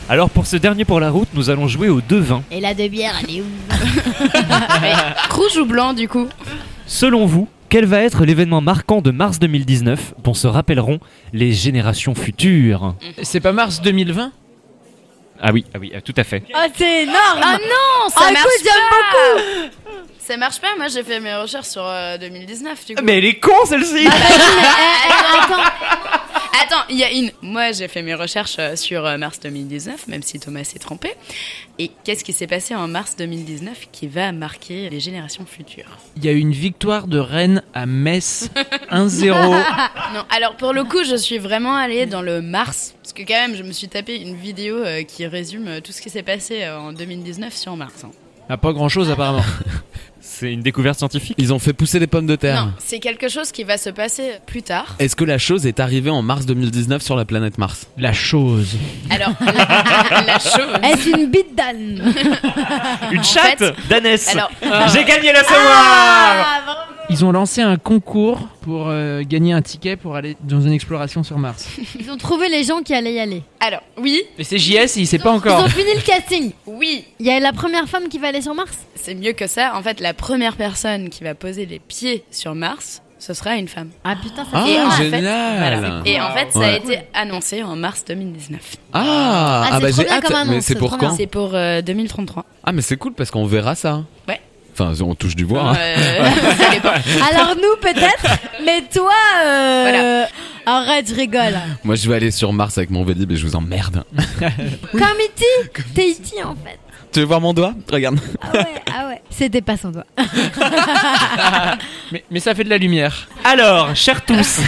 Speaker 3: Alors pour ce dernier pour la route, nous allons jouer aux deux vins.
Speaker 4: Et la de bière, elle est où
Speaker 5: Mais rouge ou blanc du coup
Speaker 3: Selon vous, quel va être l'événement marquant de mars 2019 dont se rappelleront les générations futures
Speaker 6: C'est pas mars 2020
Speaker 3: Ah oui, ah oui, euh, tout à fait.
Speaker 4: Ah, c'est énorme
Speaker 5: Ah non, ça
Speaker 4: Ah,
Speaker 5: marche
Speaker 4: écoute, j'aime
Speaker 5: pas Ça marche pas, moi j'ai fait mes recherches sur euh, 2019 du coup. Bah,
Speaker 3: elle est con celle-ci
Speaker 5: Attends, il y a une. Moi, j'ai fait mes recherches euh, sur euh, mars 2019, même si Thomas s'est trompé. Et qu'est-ce qui s'est passé en mars 2019 qui va marquer les générations futures
Speaker 6: Il y a eu une victoire de Rennes à Metz 1-0.
Speaker 5: Non, alors pour le coup, je suis vraiment allée dans le mars. Parce que quand même, je me suis tapé une vidéo euh, qui résume euh, tout ce qui s'est passé euh, en 2019 sur mars. hein.
Speaker 6: Ah, pas grand chose apparemment.
Speaker 3: C'est une découverte scientifique
Speaker 1: Ils ont fait pousser des pommes de terre.
Speaker 5: Non, c'est quelque chose qui va se passer plus tard.
Speaker 1: Est-ce que la chose est arrivée en mars 2019 sur la planète Mars
Speaker 6: La chose.
Speaker 5: Alors, la, la chose.
Speaker 4: Est-ce une bite d'âne
Speaker 3: Une
Speaker 5: fait-
Speaker 3: chatte d'ânesse
Speaker 5: Alors, Ah
Speaker 3: J'ai gagné la savoir
Speaker 6: Ils ont lancé un concours pour euh, gagner un ticket pour aller dans une exploration sur Mars.
Speaker 4: Ils ont trouvé les gens qui allaient y aller.
Speaker 5: alors, oui,
Speaker 6: Mais c'est JS, il sait pas
Speaker 4: Ils
Speaker 6: encore.
Speaker 4: ont fini le casting.
Speaker 5: oui,
Speaker 4: Il y a la première femme qui va aller sur Mars.
Speaker 5: c'est mieux que ça. En fait, la première personne qui va poser les pieds sur Mars, ce sera une femme.
Speaker 4: Ah putain, ça
Speaker 1: Ah,
Speaker 4: fait
Speaker 5: Et en fait-
Speaker 1: génial
Speaker 5: Et en fait, ça a
Speaker 1: Ouais.
Speaker 5: été annoncé en mars 2019.
Speaker 1: Ah,
Speaker 4: Ah, c'est
Speaker 1: bah
Speaker 4: trop
Speaker 1: j'ai
Speaker 4: bien
Speaker 1: hâte,
Speaker 4: comme annonce,
Speaker 1: mais c'est
Speaker 4: c'est
Speaker 1: pour
Speaker 4: trop bien.
Speaker 1: quand
Speaker 5: C'est pour euh, 2033.
Speaker 1: Ah mais c'est cool parce qu'on verra ça.
Speaker 5: Ouais.
Speaker 1: Enfin, on touche du bois. hein.
Speaker 5: Euh, ça dépend.
Speaker 1: Ah.
Speaker 4: Ah. Alors nous peut-être, mais toi, euh,
Speaker 5: Voilà.
Speaker 4: arrête, je rigole.
Speaker 1: Moi, je vais aller sur Mars avec mon vélib et je vous emmerde.
Speaker 4: Comme E.T.
Speaker 6: E
Speaker 4: T'es E.T. en fait.
Speaker 1: tu veux voir mon doigt Regarde.
Speaker 4: Ah ouais, ah ouais. C'était pas son doigt.
Speaker 6: Mais, mais ça fait de la lumière.
Speaker 3: Alors, chers tous,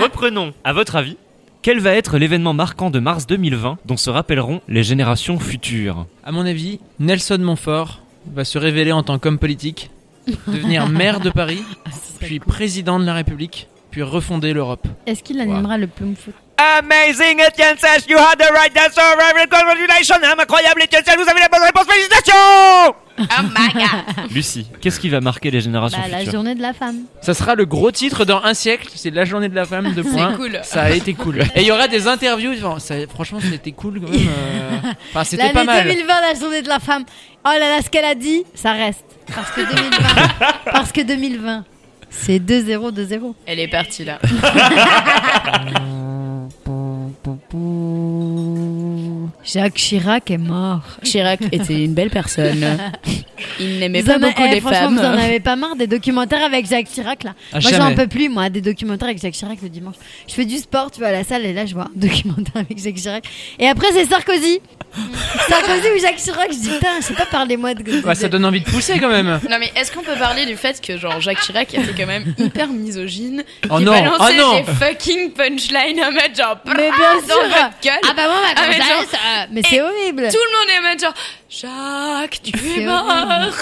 Speaker 3: reprenons. À votre avis, quel va être l'événement marquant de mars 2020 dont se rappelleront les générations futures
Speaker 6: À mon avis, Nelson Montfort va se révéler en tant qu'homme politique, devenir maire de Paris,
Speaker 4: Ah,
Speaker 6: puis président de la République, puis refonder l'Europe.
Speaker 4: Est-ce qu'il animera le plume foot
Speaker 3: Amazing Etienne Sash, you had the right answer, congratulations, incroyable Etienne Sash, vous avez la bonne réponse, félicitations
Speaker 5: Oh my god!
Speaker 3: Lucie, qu'est-ce qui va marquer les
Speaker 6: Ah,
Speaker 3: générations
Speaker 4: Bah la
Speaker 3: futures
Speaker 4: journée de la femme.
Speaker 6: Ça sera le gros titre dans un siècle, c'est la journée de la femme de
Speaker 5: C'est
Speaker 6: points.
Speaker 5: cool.
Speaker 6: Ça a été cool. Et il y aura des interviews. Enfin, ça- franchement, c'était cool quand même. euh. Enfin, c'était pas
Speaker 4: L'année
Speaker 6: mal.
Speaker 4: 2020, la journée de la femme. Oh là là, ce qu'elle a dit, ça reste. Parce que 2020, parce que 2020, c'est 2-0, 2-0.
Speaker 5: Elle est partie là.
Speaker 4: Jacques Chirac est mort.
Speaker 5: Chirac était une belle personne. Il n'aimait
Speaker 4: Vous
Speaker 5: pas
Speaker 4: en a-
Speaker 5: beaucoup
Speaker 4: eh,
Speaker 5: les
Speaker 4: franchement,
Speaker 5: femmes.
Speaker 4: vous en avez pas marre des documentaires avec Jacques Chirac là
Speaker 6: Ah,
Speaker 4: Moi, j'en
Speaker 6: jamais.
Speaker 4: peux plus, moi, des documentaires avec Jacques Chirac le dimanche. Je fais du sport, tu vas à la salle et là, je vois un documentaire avec Jacques Chirac. Et après, c'est Sarkozy. Sarkozy ou Jacques Chirac, je dis, putain, je sais pas, parlez-moi de.
Speaker 6: Ouais, ça donne envie de pousser quand même.
Speaker 5: Non mais est-ce qu'on peut parler du fait que genre Jacques Chirac était quand même hyper misogyne
Speaker 6: Oh
Speaker 5: qui
Speaker 6: non, oh
Speaker 5: balançait
Speaker 6: non.
Speaker 5: des fucking punchlines en mode genre
Speaker 4: Mais bien
Speaker 5: dans
Speaker 4: sûr.
Speaker 5: votre gueule.
Speaker 4: Ah bah moi, ma
Speaker 5: Ah, mais
Speaker 4: gonzesse,
Speaker 5: genre-
Speaker 4: euh, mais c'est horrible.
Speaker 5: Tout le monde est en mode genre Jacques tu
Speaker 4: C'est
Speaker 5: es mort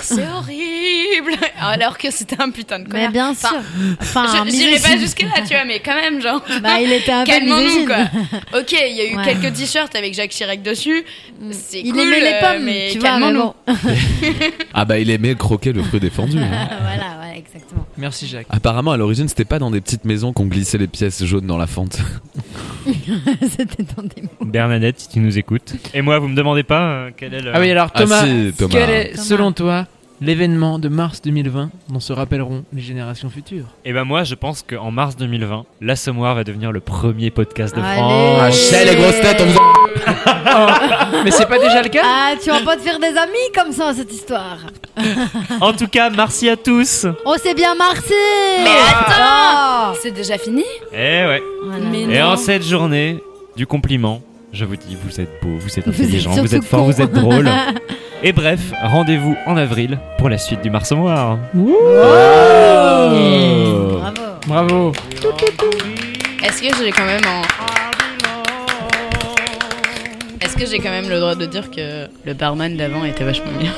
Speaker 5: c'est horrible alors que c'était un putain de
Speaker 4: Mais
Speaker 5: connard.
Speaker 4: bien sûr.
Speaker 5: Enfin,
Speaker 4: Enfin,
Speaker 5: je- J'irai pas
Speaker 4: misogyne.
Speaker 5: jusque là tu vois mais quand même genre
Speaker 4: Bah, il était un peu
Speaker 5: Calmons-nous
Speaker 4: misogyne.
Speaker 5: quoi. Ok, il y a eu
Speaker 4: Ouais.
Speaker 5: quelques t-shirts avec Jacques Chirac dessus.
Speaker 4: Mm.
Speaker 5: C'est
Speaker 4: Il
Speaker 5: cool,
Speaker 4: aimait les
Speaker 5: euh,
Speaker 4: pommes,
Speaker 5: mais
Speaker 4: tu vois. mais
Speaker 5: calmons-nous.
Speaker 4: bon.
Speaker 1: Ah bah il aimait croquer le fruit défendu. hein.
Speaker 4: voilà, voilà, exactement.
Speaker 6: Merci Jacques.
Speaker 1: Apparemment, à l'origine, c'était pas dans des petites maisons qu'on glissait les pièces jaunes dans la fente.
Speaker 4: C'était dans des mots.
Speaker 3: Bernadette, si tu nous écoutes. Et moi, vous me demandez pas euh, quel est le...
Speaker 6: Ah oui, alors
Speaker 1: Ah,
Speaker 6: Thomas,
Speaker 1: si, Thomas.
Speaker 6: quel est,
Speaker 4: Thomas.
Speaker 6: selon toi, l'événement de mars 2020 dont se rappelleront les générations futures
Speaker 3: Et ben moi, je pense qu'en mars 2020, l'Assommoir va devenir le premier podcast de
Speaker 4: Allez.
Speaker 3: France.
Speaker 1: Ah, chez les grosses têtes, on vous en-
Speaker 6: Mais c'est pas déjà le cas
Speaker 4: Ah, tu vas pas te faire des amis comme ça, cette histoire.
Speaker 3: En tout cas, merci à tous.
Speaker 4: On s'est bien marci
Speaker 5: Mais attends C'est déjà fini
Speaker 3: Eh ouais.
Speaker 5: Mais
Speaker 3: Et
Speaker 5: non.
Speaker 3: en cette journée du compliment, je vous dis, vous êtes beau, vous êtes
Speaker 4: Vous
Speaker 3: intelligent,
Speaker 4: êtes
Speaker 3: vous êtes
Speaker 4: surtout
Speaker 3: fort,
Speaker 4: con.
Speaker 3: vous êtes drôle. Et bref, rendez-vous en avril pour la suite du Mars Noir. Oh.
Speaker 4: Bravo
Speaker 6: Bravo.
Speaker 5: Est-ce que j'ai quand même en... Est-ce que j'ai quand même le droit de dire que le barman d'avant était vachement bien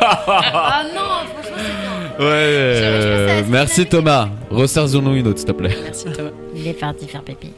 Speaker 4: Ah non, franchement,
Speaker 1: Ouais. euh,
Speaker 4: Je- je pense à la
Speaker 1: Merci
Speaker 4: semaine
Speaker 1: Thomas. Resserre-nous une autre, s'il te plaît.
Speaker 5: Merci Thomas.
Speaker 4: c'est- Il est parti faire pipi.